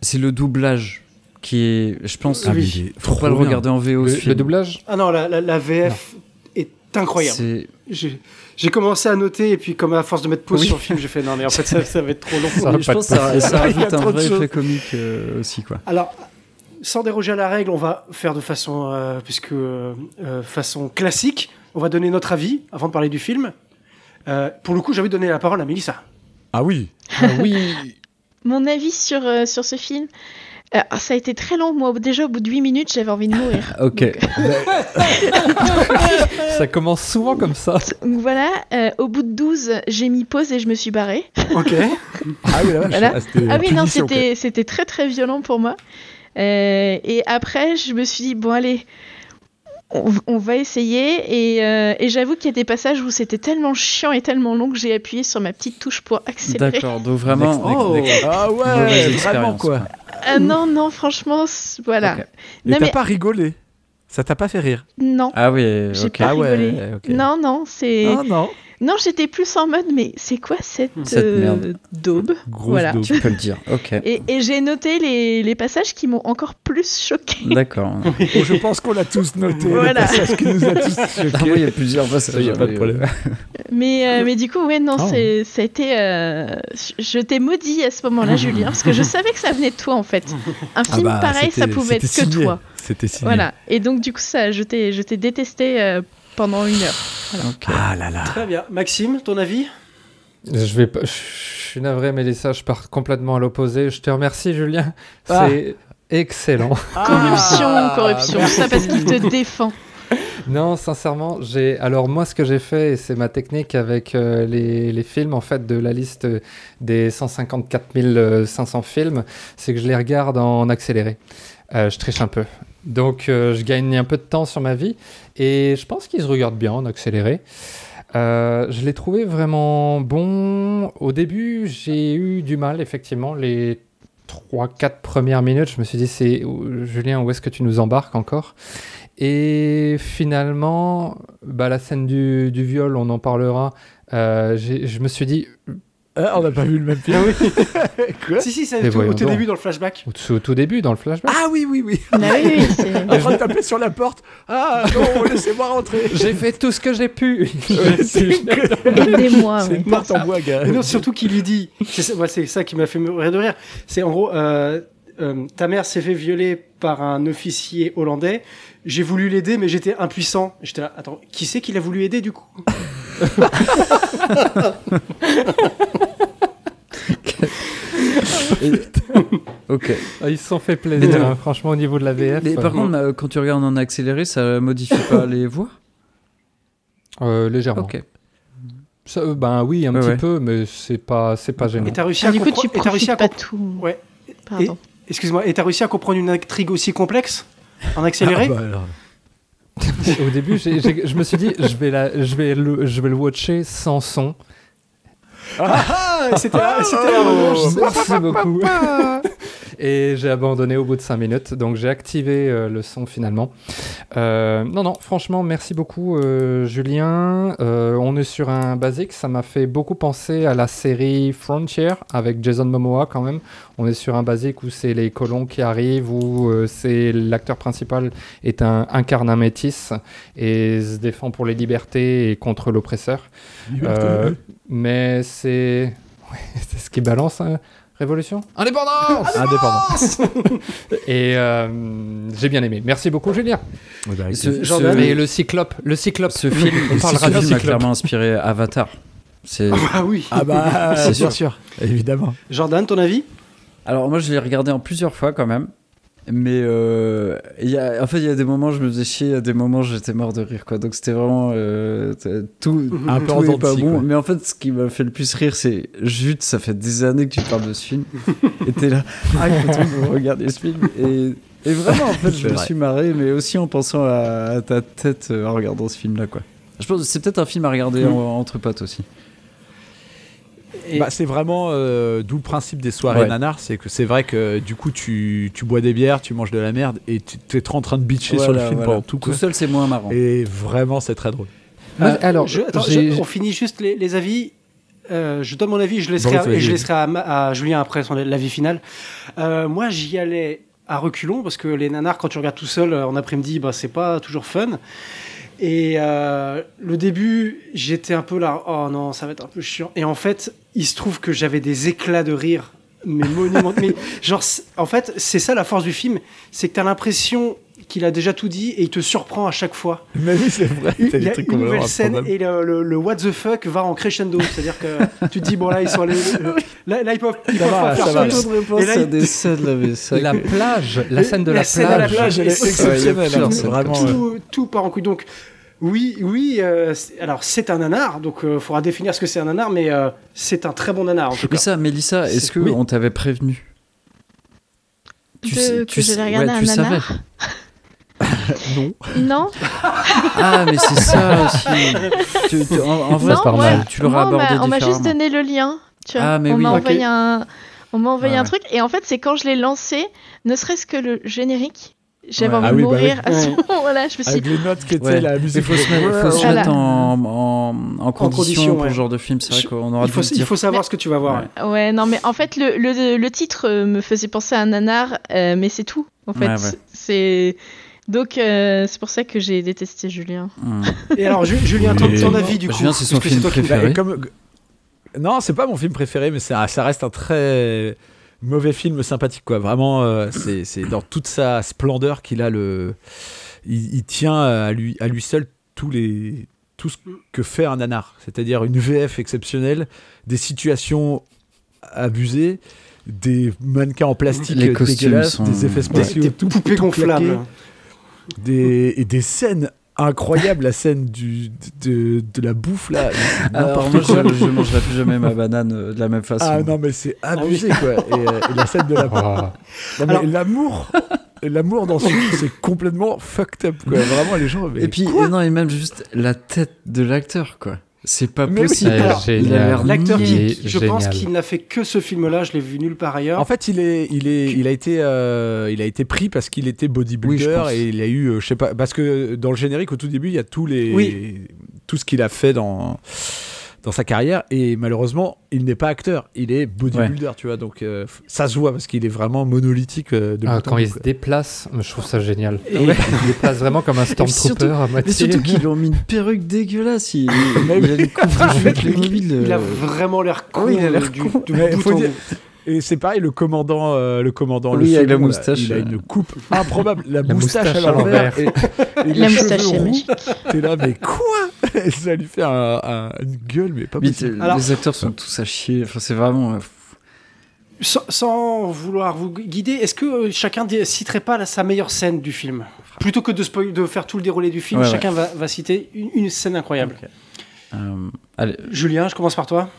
S1: c'est le doublage qui est, je pense,
S2: Ah, mais
S1: oui. faut pas le regarder en VO. ce
S4: le,
S1: film.
S4: le doublage
S2: ah non, la, la- la VF est incroyable.
S1: C'est-
S2: J'ai j'ai commencé à noter, et puis comme à force de mettre pause
S1: Oui.
S2: sur le film, j'ai fait non, mais en fait, ça, ça va être trop long.
S4: Ça va
S1: je
S4: pas
S1: pense que
S4: te
S1: ça, ça
S3: Il y a
S1: rajoute un
S3: trop de
S1: vrai
S3: choses.
S1: effet comique euh, aussi, quoi.
S2: Alors, sans déroger à la règle, on va faire de façon, euh, puisque euh, euh, façon classique, on va donner notre avis avant de parler du film. Euh, pour le coup, j'avais donné la parole à Mélissa.
S3: Ah oui.
S5: Mon avis sur, euh, sur ce film, euh, ça a été très long. Moi, déjà, au bout de 8 minutes, j'avais envie de mourir.
S1: Ok.
S5: Donc,
S4: Ça commence souvent comme ça.
S5: Donc voilà, euh, au bout de 12, j'ai mis pause et je me suis barrée.
S2: Ok.
S3: Ah oui, la vache.
S5: Voilà.
S3: Ah, c'était
S5: Ah oui, non,
S3: punition, quoi.
S5: c'était c'était très très violent pour moi. Euh, et après, je me suis dit, bon, allez, on, on va essayer. Et, euh, et j'avoue qu'il y a des passages où c'était tellement chiant et tellement long que j'ai appuyé sur ma petite touche pour accélérer.
S1: D'accord. Donc vraiment.
S2: Oh.
S3: Ah ouais,
S1: mauvaise
S3: vraiment
S1: expérience,
S3: quoi.
S5: Ah non, non, franchement, c- voilà.
S1: Ok.
S3: Et
S5: Non,
S3: t'as
S5: mais-
S3: pas rigolé. Ça t'a pas fait rire.
S5: Non,
S1: Ah oui.
S5: j'ai
S1: Ok.
S5: pas
S3: Ah ouais,
S5: rigolé.
S3: ok.
S5: Non, non, c'est.
S3: Ah non.
S5: Non, j'étais plus en mode, mais c'est quoi cette,
S1: Cette
S5: euh,
S1: merde.
S5: daube
S3: Grosse
S5: Voilà.
S3: daube.
S1: Tu peux le dire. Ok.
S5: Et, et j'ai noté les, les passages qui m'ont encore plus choqué.
S1: D'accord.
S3: Oh, je pense qu'on l'a tous noté.
S5: Voilà.
S3: le passage qui nous a tous
S1: Ah oui, il y a plusieurs passages.
S3: Ça, y a pas de problème.
S1: euh,
S5: Mais, euh, mais du coup, ouais, non,
S3: Ah.
S5: c'est ça a été. euh, je- je t'ai maudit à ce moment-là, Julien, parce que je savais que ça venait de toi, en fait. Un
S3: Ah
S5: film
S3: bah,
S5: pareil, ça
S3: c'était-
S5: pouvait être que
S3: c'était signé.
S5: toi.
S3: C'était signé.
S5: Voilà. Et donc, du coup, ça, je t'ai je t'ai détesté euh, pendant une heure.
S1: Ok.
S3: Ah là là.
S2: Très bien. Maxime, ton avis
S4: Je vais pas- je suis navré, mais ça, je pars complètement à l'opposé. Je te remercie, Julien.
S3: Ah.
S4: C'est excellent.
S5: Corruption,
S3: bah,
S5: corruption, tout ça parce qu'il te défend.
S4: Non, sincèrement, j'ai. Alors moi, ce que j'ai fait, et c'est ma technique avec euh, les, les films en fait de la liste des 154 500 euh, films, c'est que je les regarde en accéléré. Euh, je triche un peu, donc euh, je gagne un peu de temps sur ma vie, et je pense qu'ils se regardent bien en accéléré. Euh, je l'ai trouvé vraiment bon. Au début, j'ai eu du mal, effectivement, les 3-4 premières minutes. Je me suis dit, c'est Julien, où est-ce que tu nous embarques encore et finalement, bah, la scène du, du viol, on en parlera. Euh, j'ai- je me suis dit,
S3: Ah, on n'a pas vu le même film.
S2: Ah oui.
S3: Quoi
S2: Si, si,
S4: Mais
S2: c'est tout-
S4: voyons
S2: au tout
S4: donc.
S2: début dans le flashback.
S4: au, tout- au tout début, dans le flashback,
S3: Ah oui, oui, oui.
S5: Ah oui, oui, c'est-
S3: En train de taper sur la porte. Ah non, laissez-moi rentrer.
S4: j'ai fait tout ce que j'ai pu.
S3: Euh, c'est une-
S5: Aidez-moi.
S3: C'est
S5: Ah ouais.
S3: une porte en bois, gars.
S2: Mais non, surtout qu'il lui dit. C'est ça, moi, c'est ça qui m'a fait mourir de rire. C'est en gros, euh, euh, ta mère s'est fait violer par un officier hollandais. J'ai voulu l'aider, mais j'étais impuissant. J'étais là, attends, qui c'est qui l'a voulu aider du coup
S1: Ok.
S4: Ah, Ils se sont fait plaisir,
S1: Mais non.
S4: hein, franchement, au niveau de la VF.
S1: Mais par
S4: euh,
S1: contre, euh, quand tu regardes en accéléré, ça modifie pas les voix
S4: euh, légèrement.
S1: Ok.
S4: Ça, euh, ben oui, un
S1: Ouais,
S4: petit
S1: ouais.
S4: peu, mais c'est pas, c'est pas gênant.
S2: Et t'as réussi
S5: Ah,
S2: à
S5: du coup, tu
S2: comprendre. Et t'as réussi à
S5: profites pas
S2: comprendre.
S5: de tout.
S2: Ouais.
S5: Pardon.
S2: Excuse-moi, et t'as réussi à comprendre une intrigue aussi complexe en accéléré
S3: Ah, bah, alors.
S4: Au début, j'ai- j'ai- je me suis dit, je vais, la, je, vais le, je vais le watcher sans son.
S2: Ah, C'était ah, c'était un moment, je sais-
S4: Merci beaucoup. Et j'ai abandonné au bout de 5 minutes, donc j'ai activé euh, le son finalement. Euh, non, non, franchement, merci beaucoup euh, Julien. Euh, on est sur un basique, ça m'a fait beaucoup penser à la série Frontier avec Jason Momoa quand même. On est sur un basique où c'est les colons qui arrivent, où euh, c'est l'acteur principal est un incarne un métis et se défend pour les libertés et contre l'oppresseur. Euh, mais c'est. ouais, c'est ce qui balance, hein. Révolution
S1: Ah,
S4: Indépendance
S3: Indépendant.
S4: Et euh, j'ai bien aimé. Merci beaucoup, Julien.
S3: Ouais, bah, avec
S1: Ce-
S3: plaisir.
S2: Jordan,
S1: ce-
S4: Mais le cyclope, le cyclope.
S1: Ce film,
S4: On parlera
S1: ce film
S4: du
S1: a
S4: cyclope.
S1: clairement inspiré Avatar. C'est
S2: Ah oui.
S3: Ah bah,
S1: C'est
S3: bien
S1: sûr.
S3: sûr. évidemment.
S2: Jordan, ton avis
S1: Alors moi je l'ai regardé en plusieurs fois quand même. Mais euh, il y a, en fait, il y a des moments je me faisais chier, il y a des moments j'étais mort de rire. quoi. Donc c'était vraiment euh, t- tout,
S3: Un peu
S1: tout
S3: en
S1: est
S3: dents de
S1: pas
S3: scie,
S1: bon.
S3: quoi.
S1: Mais en fait, ce qui m'a fait le plus rire, c'est Jute, ça fait des années que tu parles de ce film. et t'es là, ah, il faut trop que vous regardiez ce film. Et, et vraiment, en fait, je
S3: C'est
S1: me
S3: vrai.
S1: suis marré, mais aussi en pensant à, à ta tête euh, en regardant ce film-là. quoi. Je pense que c'est peut-être un film à regarder
S3: Mm.
S2: Mhm.
S1: en- entre potes aussi.
S2: Et-
S3: Bah, c'est vraiment euh, d'où le principe des soirées
S1: Ouais.
S3: nanar, c'est que c'est vrai que du coup tu, tu bois des bières, tu manges de la merde et tu t'es trop en train de bitcher sur le
S1: Voilà,
S3: film
S1: voilà.
S3: pendant tout
S1: tout
S3: quoi.
S1: seul, c'est moins marrant.
S3: Et vraiment c'est très drôle.
S4: Moi,
S1: Ah,
S2: Euh,
S4: alors,
S2: je- attends,
S4: j'ai-
S2: je- on finit juste les, les avis. Euh, je donne mon avis, je
S3: Bon,
S2: laisserai,
S3: vas-y.
S2: et je laisserai à, Ma- à Julien après son l'avis final. Euh, moi, j'y allais à reculons parce que les nanars, quand tu regardes tout seul euh, en après-midi, bah, c'est pas toujours fun. Et euh, le début, j'étais un peu là, oh non, ça va être un peu chiant. Et en fait, il se trouve que j'avais des éclats de rire, mais monument. mais genre, c'est- en fait, c'est ça la force du film, c'est que t'as l'impression qu'il a déjà tout dit et il te surprend à chaque fois.
S3: Mais oui c'est vrai.
S2: Il
S3: t'as des
S2: y a
S3: trucs
S2: une nouvelle
S3: complètement
S2: scène
S3: improbables.
S2: et le, le- le what the fuck va en crescendo. C'est-à-dire que tu te dis, bon, là, ils sont allés. euh, Là, là, ils peuvent, ils peuvent
S3: va,
S2: pas
S3: ça
S2: faire
S3: va.
S2: plus.
S1: réponse
S2: Bah, Et là, à il- des
S4: La plage, la scène de
S2: La
S4: la,
S2: scène de la
S4: plage.
S2: plage.
S3: elle est
S2: Ouais,
S3: exceptionnelle,
S1: il y a
S3: hein,
S1: plusieurs
S3: c'est
S1: scènes
S3: vraiment. euh,
S2: Tout, tout part en couille. Donc, oui, oui, euh, c'est- alors c'est un nanar, donc il faudra définir ce que c'est un nanar, mais euh, c'est un très bon nanar en tout cas.
S1: Mélissa, Mélissa, est-ce
S2: C'est-
S1: que
S2: oui.
S1: on t'avait prévenu Tu
S5: De-
S1: sais-
S5: que
S1: tu sais-
S5: j'allais regarder
S1: ouais,
S5: un
S1: tu savais.
S5: nanar.
S3: Non.
S5: Non,
S1: Ah, mais c'est ça aussi. Tu- tu- en, en vrai,
S5: Non,
S1: tu-
S5: ouais.
S1: tu l'aurais
S5: Moi, on m'a-
S1: abordé
S5: On m'a
S1: différemment.
S5: juste donné le lien. Tu vois.
S1: Ah, mais
S5: on
S1: oui.
S5: m'a
S1: Ok.
S5: envoyé un, on m'a envoyé
S1: Ouais,
S5: un
S1: ouais.
S5: truc. Et en fait, c'est quand je l'ai lancé, ne serait-ce que le générique, J'avais
S1: Ouais.
S5: envie
S3: Ah
S5: de
S3: oui, bah
S5: mourir
S2: oui.
S5: à ce moment-là. Je me suis
S3: Avec
S5: dit,
S3: les notes qui étaient
S1: Ouais.
S3: la musique.
S1: Il faut se mettre, faut se
S5: Voilà.
S1: mettre en, en, en condition,
S2: condition,
S1: pour
S2: ouais.
S1: ce genre de film. C'est vrai
S2: Je-
S1: qu'on aura
S2: il, faut,
S1: dû le
S2: il
S1: dire.
S2: faut savoir ce que tu vas voir.
S1: Ouais.
S5: ouais, non, mais en fait, le, le, le titre euh, me faisait penser à un nanar, euh, mais c'est tout. En fait,
S1: Ouais, ouais.
S5: c'est. Donc, euh, c'est pour ça que j'ai détesté Julien.
S1: Hmm.
S2: Et alors, Ju- Julien, ton,
S3: Et-
S2: ton avis du coup
S1: Julien, c'est son
S2: parce que
S1: film
S2: toi qui-
S1: préféré.
S3: Bah, et comme... Non, c'est pas mon film préféré, mais c'est un- ça reste un très mauvais film sympathique. Quoi. Vraiment, euh, c'est c'est dans toute sa splendeur qu'il a le. Il, il tient à lui, à lui seul tous les... tout ce que fait un nanar. C'est-à-dire une VF exceptionnelle, des situations abusées, des mannequins en plastique
S1: Les costumes
S3: dégueulasses,
S1: sont-
S3: des effets
S2: Des,
S3: spéciaux,
S2: des
S3: tout,
S2: poupées
S3: tout claqué
S2: gonflables.
S3: des, et des scènes incroyables, la scène du, de, de la bouffe là.
S1: Alors,
S3: n'importe
S1: moi,
S3: quoi.
S1: je, je mangerai plus jamais ma banane euh, de la même façon.
S3: Ah non mais c'est abusé quoi. Et, euh, et la scène de la bouffe.
S4: Ah.
S3: Non, mais
S2: Alors-
S3: L'amour, l'amour dans ce film c'est complètement fucked up quoi. Vraiment les gens. mais
S1: et puis,
S3: quoi
S1: et non, et même juste la tête de l'acteur, quoi. C'est pas
S3: Mais oui.
S1: possible.
S4: Eh,
S2: alors,
S1: Il a
S4: génial.
S1: l'air
S2: L'acteur
S1: niais.
S4: Il
S2: qui,
S4: est
S2: je pense
S4: génial.
S2: qu'il n'a fait que ce film-là, je l'ai vu nulle part ailleurs.
S3: En fait, il est, il est, il a été, euh, il a été pris parce qu'il était
S1: Oui, je
S3: bodybuilder
S1: pense.
S3: et il a eu, euh, je sais pas, parce que dans le générique au tout début, il y a tous les,
S2: Oui.
S3: tout ce qu'il a fait dans dans sa carrière et malheureusement, il n'est pas acteur, il est bodybuilder, tu vois, donc euh, f- ça se voit parce qu'il est vraiment monolithique euh, de
S4: Ah,
S3: bout en
S4: quand
S3: bout,
S4: il se
S3: quoi.
S4: déplace, je trouve ça génial.
S2: Et-
S4: Il se déplace vraiment comme un
S1: puis surtout-
S4: stormtrooper à
S1: Mais
S4: moitié.
S1: surtout qu'ils lui ont mis une perruque dégueulasse. Il, il
S3: Mais
S1: a une coupe de jouet Playmobil,
S2: il a
S1: euh,
S2: vraiment l'air con.
S1: oui, il a l'air
S2: euh, du-
S1: con.
S2: du
S3: Mais
S2: bout
S3: faut
S2: en
S3: dire-
S2: bout.
S3: Et c'est pareil, le commandant, euh, le commandant,
S1: Oui,
S3: le
S1: avec la
S3: second, là,
S1: moustache,
S3: il a
S1: euh.
S3: une coupe improbable, la,
S4: La
S3: moustache, à l'envers, et, et les
S5: La moustache
S3: cheveux
S5: est
S3: roux.
S5: magique.
S3: T'es là, mais quoi Et Ça lui fait un- un- une gueule, mais pas
S1: mais
S3: possible.
S1: t-
S2: Alors-
S1: les acteurs sont tous à chier. Enfin, c'est vraiment. euh,
S2: Sans, sans vouloir vous guider, est-ce que euh, chacun dé- citerait pas la- sa meilleure scène du film Plutôt que de, spoil- de faire tout le déroulé du film,
S1: Ouais, ouais.
S2: chacun va, va citer une, une scène incroyable.
S1: euh, allez,
S2: Julien, je commence par toi.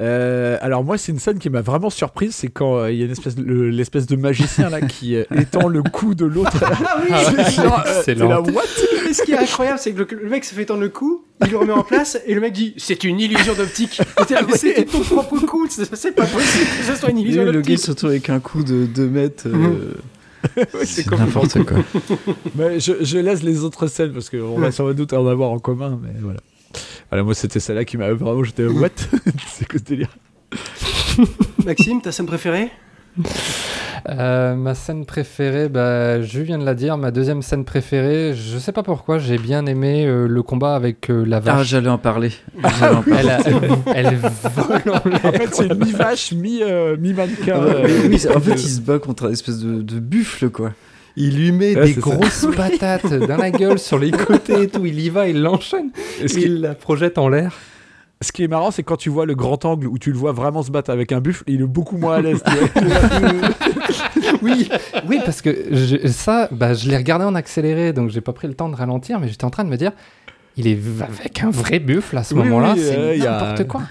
S3: Euh, alors moi, c'est une scène qui m'a vraiment surprise, c'est quand euh, il y a une espèce de- le- l'espèce de magicien là qui euh, étend le cou de l'autre.
S2: Ah oui
S4: Ah ouais,
S3: Genre, euh, t'es
S4: excellent.
S3: là, what
S2: Mais ce qui est incroyable, c'est que le, le mec se fait tendre le cou, il le remet en place, et le mec dit C'est une illusion d'optique. Et t'es là, Mais C'était ton propre cou, c'est c'est pas possible que ce soit une illusion
S1: le gars
S2: d'optique.
S1: se retrouve avec un coup de 2 mètres.
S2: Mhm.
S1: euh, c'est n'importe quoi.
S3: Mais je, je laisse les autres scènes parce qu'on va sans doute en avoir en commun, mais voilà. Voilà, moi c'était celle-là qui m'a vraiment, j'étais euh, what C'est quoi ce délire
S2: Maxime, ta scène préférée
S4: Euh, ma scène préférée, bah, je viens de la dire, ma deuxième scène préférée, je sais pas pourquoi, j'ai bien aimé euh, le combat avec euh, la
S1: Ah,
S4: vache.
S1: j'allais en parler. J'allais en parler.
S4: elle, a- elle, elle vole en l'air.
S3: En fait, c'est mi vache, mi, euh, mi mannequin. euh,
S1: Mais oui, en fait, il se bat contre une espèce de, de buffle, quoi.
S4: Il lui met
S3: Ouais,
S4: des
S3: c'est ça.
S4: grosses patates dans la gueule, sur les côtés et tout. Il y va, il l'enchaîne.
S3: ce, qui,
S4: Il la projette en l'air.
S3: ce qui est marrant, c'est quand tu vois le grand angle où tu le vois vraiment se battre avec un buffle, il est beaucoup moins à l'aise. tu vois.
S4: Oui, oui, parce que je- ça, bah, je l'ai regardé en accéléré, donc j'ai pas pris le temps de ralentir, mais j'étais en train de me dire, il est v- avec un vrai buffle à ce
S3: Oui,
S4: moment-là,
S3: oui,
S4: c'est
S3: euh, il y a-
S4: n'importe quoi.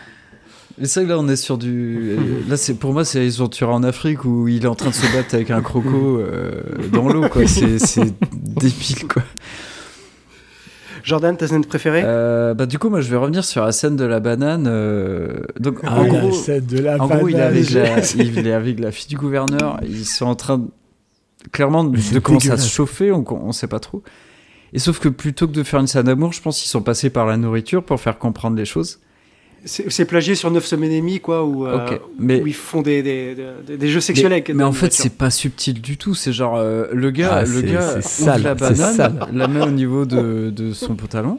S1: Mais c'est vrai que là, on est sur du. euh, Là, c'est pour moi, c'est les aventures en Afrique où il est en train de se battre avec un croco euh, dans l'eau, quoi. C'est c'est débile, quoi.
S2: Jordan, ta scène préférée
S1: Euh, bah, du coup, moi, je vais revenir sur la scène de la banane. euh, Donc,
S3: Ah,
S1: en
S3: la
S1: gros,
S3: scène de la
S1: en gros, il est
S3: banane,
S1: avec
S3: j'ai-
S1: la, il est avec la fille du gouverneur. Ils sont en train de- clairement de commencer à se
S3: dégueulasse.
S1: chauffer. On, on sait pas trop. Et sauf que plutôt que de faire une scène d'amour, je pense qu'ils sont passés par la nourriture pour faire comprendre les choses.
S2: C'est c'est plagié sur 9 semaines et demie, quoi, où, euh,
S1: Ok, mais-
S2: où ils font des, des, des- des jeux sexuels
S1: mais,
S2: avec.
S1: mais
S2: dans
S1: en
S2: une
S1: fait,
S2: voiture.
S1: c'est pas subtil du tout. C'est genre euh, le gars,
S3: Ah,
S1: le
S3: c'est-
S1: gars
S3: c'est
S1: ouvre
S3: sale,
S1: la
S3: c'est
S1: banane,
S3: sale.
S1: la met au niveau de, de son pantalon.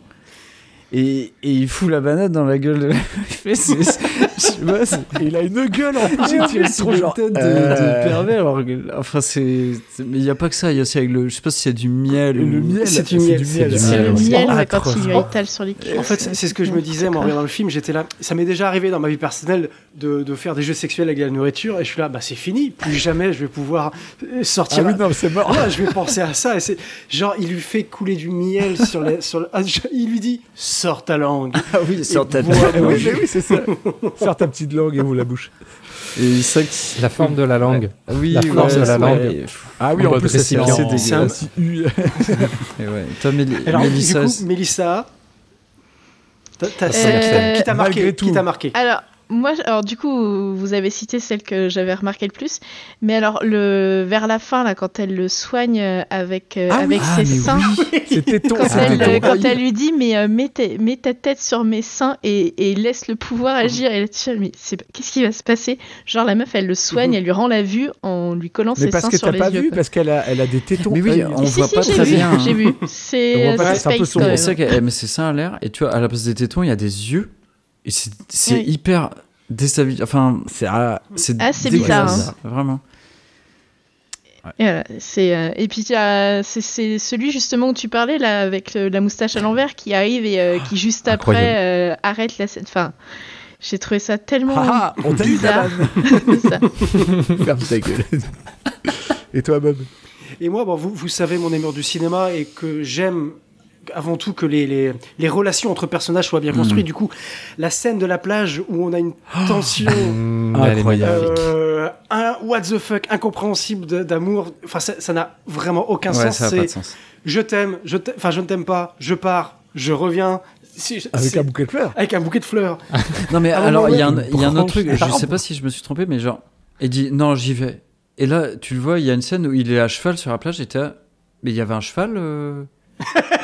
S1: Et, et il fout la banane dans la gueule de la fille. C'est- c'est- Je sais pas, c'est-
S3: Il a une gueule en plus,
S1: Et en
S3: il tient
S1: plus, il
S3: trop
S1: a une
S3: Ah, genre,
S1: tête de,
S3: euh,
S1: de pervers. alors que- enfin, c'est. c'est- Mais il n'y a pas que ça. Il y a aussi avec le. Je sais pas si c'est du miel.
S3: Le
S1: ou-
S3: miel,
S2: C'est
S3: c'est
S2: du
S3: du
S2: miel.
S3: miel.
S5: C'est le
S4: c'est
S5: miel, ouais, quand
S4: atroce.
S5: il lui étale sur les cuisses.
S2: En fait, c'est c'est ce que je me disais moi, en regardant le film. J'étais là. Ça m'est déjà arrivé dans ma vie personnelle de, de faire des jeux sexuels avec la nourriture. Et je suis là, bah c'est fini. Plus jamais je vais pouvoir euh,
S3: Ah
S2: sortir.
S3: oui, non, mais c'est mort.
S2: Ah, je vais penser à ça. Et c'est genre, il lui fait couler du miel sur la. Sur la- ah, je- il lui dit, sors ta langue.
S1: Ah oui, sur ta
S2: Et
S1: tête.
S2: voilà.
S3: Ah oui, mais oui, c'est ça. Sors ta petite langue et ouvre la bouche.
S1: Et ça que-
S4: La forme de la langue.
S1: Ah oui,
S4: La force
S1: ouais,
S4: de la
S1: ouais,
S4: langue.
S1: ouais.
S3: Ah
S4: oui, en plus,
S1: c'est
S3: en-
S1: c'est
S2: dégueulasse.
S3: c'est U.
S1: Et ouais. Toi, Mél-
S2: Alors,
S1: Mélissa,
S2: du
S1: c'est-
S2: coup, Mélissa, ta, ta
S5: Euh,
S2: scène qui t'a marqué,
S3: Malgré
S2: qui
S3: tout.
S2: t'a marqué.
S5: Alors, moi, alors du coup, vous avez cité celle que j'avais remarqué le plus, mais alors le vers la fin là, quand elle le soigne euh, avec euh,
S3: Ah oui.
S5: avec
S1: Ah,
S5: ses
S1: mais
S5: seins,
S3: C'était ton.
S5: quand,
S3: c'était
S5: elle,
S3: ton-
S5: euh, quand elle lui dit mais euh, mets, ta- mets ta tête sur mes seins et, et laisse le pouvoir agir, et là tu fais, mais c'est pas- qu'est-ce qui va se passer Genre la meuf, elle le soigne, elle lui rend la vue en lui collant
S3: Mhm. Mais
S5: ses
S3: parce
S5: seins
S3: que
S5: sur
S3: t'as
S5: les
S3: pas
S5: yeux.
S3: vu,
S5: quoi.
S3: parce qu'elle a, elle a des tétons.
S1: Mais oui,
S3: œil.
S1: on
S5: Si,
S1: voit
S5: si,
S1: pas
S5: j'ai
S1: très
S5: vu,
S1: bien. hein.
S5: J'ai vu.
S3: On
S5: C'est euh,
S3: voit pas,
S5: c'est
S3: c'est un peu
S5: space,
S3: sombre.
S5: quand même.
S1: On sait eh, qu'elle met ses seins à hein, l'air et tu vois, à la place des tétons, il y a des yeux. Et c'est c'est
S5: Oui.
S1: hyper déstabilisant. Enfin,
S3: C'est ah,
S1: c'est
S5: Ah, c'est bizarre,
S1: dégueulasse, Vraiment.
S5: Et, voilà, c'est, euh, et puis euh, c'est- c'est celui justement où tu parlais là avec le- la moustache à l'envers qui arrive et euh, qui juste
S3: Incroyable.
S5: après euh, arrête la scène. Enfin, j'ai trouvé ça tellement
S3: ah, ah, on t'a eu
S5: bizarre.
S3: ça.
S5: ça.
S3: Ferme ta gueule. Et toi, Bob
S2: Et moi, bon, vous, vous savez mon amour du cinéma et que j'aime avant tout que les, les, les relations entre personnages soient bien construites. Du coup, la scène de la plage où on a une tension
S4: Mmh, elle est
S3: Ah, Incroyable.
S4: magnifique.
S2: euh, un what the fuck incompréhensible de- d'amour, enfin ça ça n'a vraiment
S5: Ah,
S2: aucun
S1: Ouais,
S2: sens.
S1: ça n'a pas de
S2: C'est
S1: sens.
S2: je t'aime, je t'aime- enfin je ne t'aime pas, je pars, je reviens. C'est- c'est-
S3: Avec un bouquet de fleurs.
S2: avec un bouquet de fleurs.
S1: Non, mais
S2: Ah, non,
S1: alors, il y a
S2: ouais,
S1: un, il y a un autre truc,
S2: branche,
S1: je
S2: arbre.
S1: sais pas si je me suis trompé, mais genre, il dit non, j'y vais. Et là, tu le vois, il y a une scène où il est à cheval sur la plage et t'es là, mais il y avait un cheval euh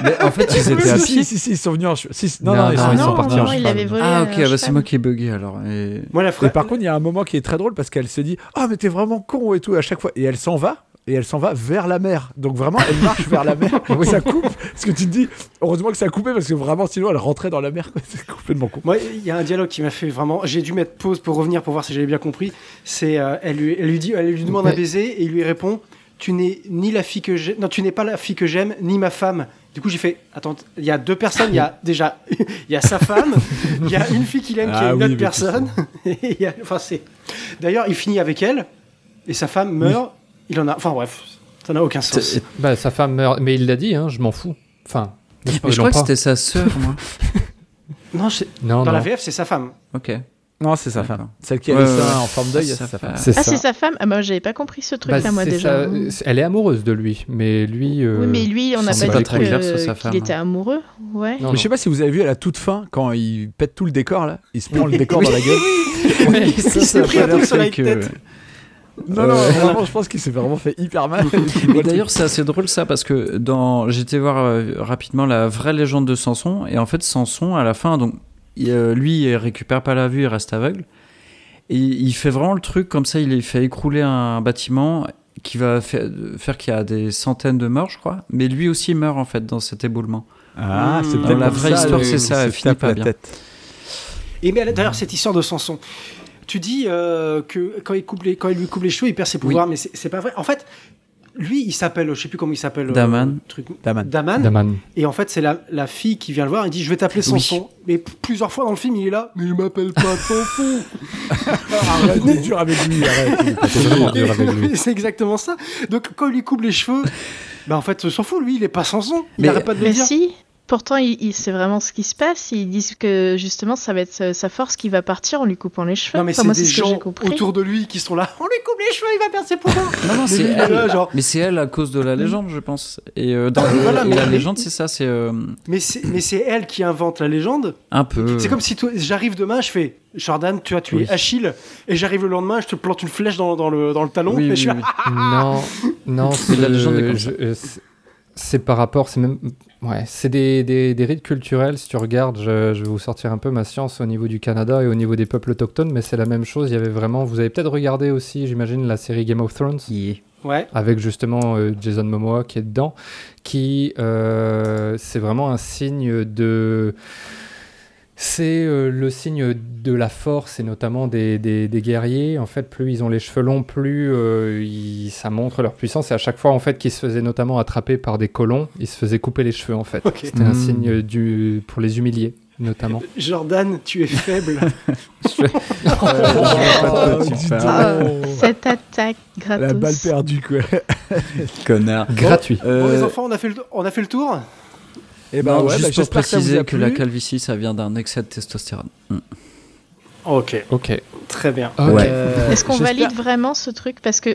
S1: Mais en fait, ils étaient à
S3: Ah, Si,
S1: pied.
S3: si, si, ils sont venus en che- si, si, non,
S4: Non,
S3: non, ils
S4: non,
S3: sont,
S4: ils sont
S5: non,
S4: partis
S5: non,
S4: en
S5: il
S4: cheval.
S5: avait volé euh,
S1: Ah,
S5: un
S1: ok, ah bah, c'est
S5: cheval.
S1: moi qui ai bugué alors. Et...
S2: Moi la
S3: Et
S2: fra-
S3: par contre, il y a un moment qui est très drôle parce qu'elle se dit Ah, mais t'es vraiment con et tout à chaque fois. Et elle s'en va. Et elle s'en va vers la mer. Donc vraiment, elle marche vers la mer. Ça coupe. Parce que tu te dis, heureusement que ça a coupé parce que vraiment, sinon, elle rentrait dans la mer. quoi. C'est complètement con.
S2: Moi, il y a un dialogue qui m'a fait vraiment. J'ai dû mettre pause pour revenir pour voir si j'avais bien compris. C'est euh, elle, lui, elle lui dit, elle lui demande un
S4: Ouais.
S2: baiser et il lui répond "Tu n'es ni la fille que j'ai- non, tu n'es pas la fille que j'aime, ni ma femme." Du coup, j'ai fait "Attends, il y a deux personnes. Il y a déjà, il y a sa femme, il y a une fille qu'il aime qui est
S3: Ah
S2: une
S3: oui, mais
S2: autre
S3: tu
S2: personne. Et il y a- enfin, c'est. D'ailleurs, il finit avec elle et sa femme meurt. Il en a. Enfin bref, ça n'a aucun sens.
S4: Bah, sa femme meurt, mais il l'a dit, hein, je m'en fous. Enfin,
S1: Mais
S4: ils
S1: je
S4: l'ont
S1: crois que
S4: pas.
S1: c'était sa sœur, moi.
S2: Non, c'est-
S4: Non,
S2: dans
S4: non.
S2: la VF, c'est sa femme.
S1: Ok.
S3: Non, c'est sa
S1: D'accord.
S3: femme. Celle qui a
S1: Ouais,
S3: les
S1: ouais,
S3: seins
S1: ouais.
S3: en forme d'œil,
S1: Ah,
S3: c'est sa femme.
S4: C'est
S5: Ah,
S4: ça.
S5: c'est sa femme Ah, bah, j'avais pas compris ce truc
S4: Bah,
S5: là, moi
S4: c'est
S5: déjà. hein.
S4: ça. Elle est amoureuse de lui, mais lui. euh,
S5: Oui, mais lui, on n'a
S1: c'est
S5: pas
S1: pas
S5: dit
S1: très clair sur sa
S5: que-
S1: femme.
S5: qu'il était amoureux. Ouais.
S4: non,
S3: Mais je sais
S4: non.
S3: pas si vous avez vu à la toute fin quand il pète tout le décor là, il se prend le décor dans la gueule.
S1: Oui,
S2: s'est pris un truc sur la tête.
S3: Non, non, vraiment, Euh, je pense qu'il s'est vraiment fait hyper mal.
S1: Mais d'ailleurs, c'est assez drôle ça parce que dans j'étais voir euh, rapidement la vraie légende de Samson et en fait Samson à la fin donc il, euh, lui il récupère pas la vue, il reste aveugle et il fait vraiment le truc comme ça, il il fait écrouler un bâtiment qui va fa- faire qu'il y a des centaines de morts, je crois, mais lui aussi meurt en fait dans cet éboulement.
S3: ah, c'est
S2: Dans
S3: peut-être
S1: la
S3: pour
S1: vraie
S3: ça,
S1: histoire,
S3: le-
S1: c'est ça,
S3: il
S1: elle
S3: se
S1: finit
S3: tape
S1: pas
S3: la
S1: bien.
S3: tête.
S2: Et mais d'ailleurs, cette histoire de Samson, tu dis euh, que quand il, coupe les, quand il lui coupe les cheveux, il perd ses pouvoirs, mais c'est c'est pas vrai. En fait, lui, il s'appelle, je sais plus comment il s'appelle. euh,
S1: Daman.
S2: le truc.
S3: Daman.
S2: Daman.
S4: Daman.
S2: Et en fait, c'est la, la fille qui vient le voir et dit Je vais t'appeler Samson. Mais p- plusieurs fois dans le film, il est là Mais il m'appelle pas Samson
S3: Ah, Arrête, t'es dur avec lui, arrête.
S4: C'est vraiment dur avec lui.
S2: Mais C'est exactement ça. Donc, quand il lui coupe les cheveux, bah en fait, on s'en fout, lui, il est pas Samson. Il
S1: Mais-
S2: arrête pas de le
S5: Mais
S2: dire.
S5: si, pourtant, il, il sait vraiment ce qui se passe. Ils disent que justement, ça va être euh, sa force qui va partir en lui coupant les cheveux.
S2: Non, mais
S5: Enfin,
S2: c'est
S5: moi,
S2: des
S5: ce que j'ai
S2: gens
S5: compris.
S2: autour de lui qui sont là On lui coupe les cheveux, il va perdre ses pouvoirs
S1: Non, non,
S2: Mais
S1: c'est
S2: lui, il est
S1: elle.
S2: là, genre,
S1: Mais c'est elle à cause de la légende, je pense. Et euh, dans le-
S2: Ah, Voilà, mais-
S1: la
S2: mais-
S1: légende, c'est ça, c'est euh,
S2: Mais c'est mais c'est elle qui invente la légende.
S1: un peu.
S2: C'est comme si toi- j'arrive demain, je fais Jordan, tu as tué
S1: Hmm. Oui.
S2: Achille, et j'arrive le lendemain, je te plante une flèche dans, dans le, dans le talon,
S1: Oui,
S2: et
S1: oui,
S2: je suis
S1: oui.
S4: Non, non,
S1: C'est
S4: c'est
S1: de la légende des
S4: je- euh, c'est- C'est par rapport, c'est même, ouais, c'est des, des, des rites culturels. Si tu regardes, je, je vais vous sortir un peu ma science au niveau du Canada et au niveau des peuples autochtones, mais c'est la même chose. Il y avait vraiment, vous avez peut-être regardé aussi, j'imagine, la série Game of Thrones
S2: Ouais.
S4: avec justement euh, Jason Momoa qui est dedans, qui euh, c'est vraiment un signe de c'est euh, le signe de la force et notamment des, des- des guerriers. En fait, plus ils ont les cheveux longs, plus euh, ils- ça montre leur puissance. Et à chaque fois, en fait, qu'ils se faisaient notamment attraper par des colons, ils se faisaient couper les cheveux. En fait,
S2: Ok.
S4: c'était un
S3: Mm.
S4: signe du pour les humilier, notamment.
S2: Jordan, tu es faible.
S1: Euh.
S3: Oh, dis
S1: tu parles.
S5: Ah,
S3: donc. Oh.
S5: Cette attaque gratos.
S3: La balle perdue, quoi.
S1: connard.
S4: Gratuit.
S2: bon, les
S1: Euh,
S2: enfants, on a fait le, on a fait le tour.
S3: Et
S1: Non,
S3: ouais,
S1: juste
S3: bah,
S1: pour
S3: j'espère ça vous
S1: préciser
S3: a
S1: que la
S3: plu.
S1: calvitie, ça vient d'un excès de testostérone. Mm.
S2: Ok,
S4: Ok.
S2: très bien.
S4: Ok.
S1: Ouais.
S3: Euh,
S5: Est-ce qu'on
S3: j'espère-
S5: valide vraiment ce truc Parce que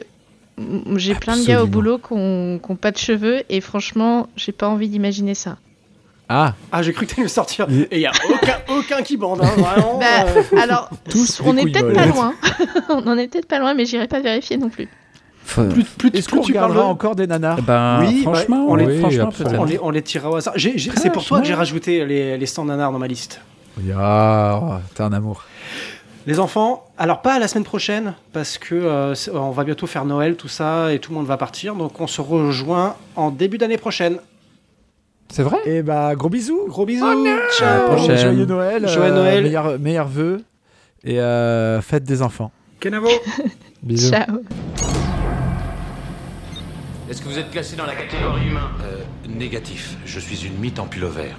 S5: mm, j'ai plein de gars au
S3: Absolument.
S5: boulot qui n'ont pas de cheveux et franchement, j'ai pas envie d'imaginer ça.
S3: Ah,
S2: Ah, j'ai cru que t'allais me sortir. Et il n'y a aucun, aucun qui bande, hein, vraiment.
S5: Bah,
S2: euh.
S5: alors,
S3: Oh. Tous
S5: on
S3: des
S5: est
S3: couilles
S5: peut-être
S3: molles.
S5: pas loin. on en est peut-être pas loin, mais j'irai pas vérifier non plus.
S1: Enfin,
S2: Plus, plus,
S3: est-ce
S2: plus
S3: qu'on
S2: tu parles
S3: regardera encore des nanars
S1: ben,
S2: Oui, bah,
S1: franchement,
S2: on
S1: on
S2: les-
S1: les,
S4: oui,
S1: franchement
S4: absolument.
S1: peut-être.
S2: on les, on les tirera au hasard. J'ai- j'ai- C'est pour toi que j'ai
S1: Franchement.
S2: rajouté les, les 100 nanars dans ma liste.
S1: Oh,
S3: Ya, t'es un amour.
S2: Les enfants, alors pas la semaine prochaine, parce que euh, c'est- on va bientôt faire Noël, tout ça, et tout le monde va partir. Donc on se rejoint en début d'année prochaine.
S4: C'est vrai
S3: Et bah, gros bisous.
S2: Gros bisous.
S1: À la
S2: Ciao.
S1: prochaine.
S3: Joyeux Noël. euh,
S2: Joyeux Noël.
S3: Meilleurs meilleur vœux. Et euh, fête des enfants.
S2: Kenavo.
S4: Bisous.
S5: Ciao.
S6: Est-ce que vous êtes classé dans la catégorie humain
S7: Euh, négatif. Je suis une mythe en pullover.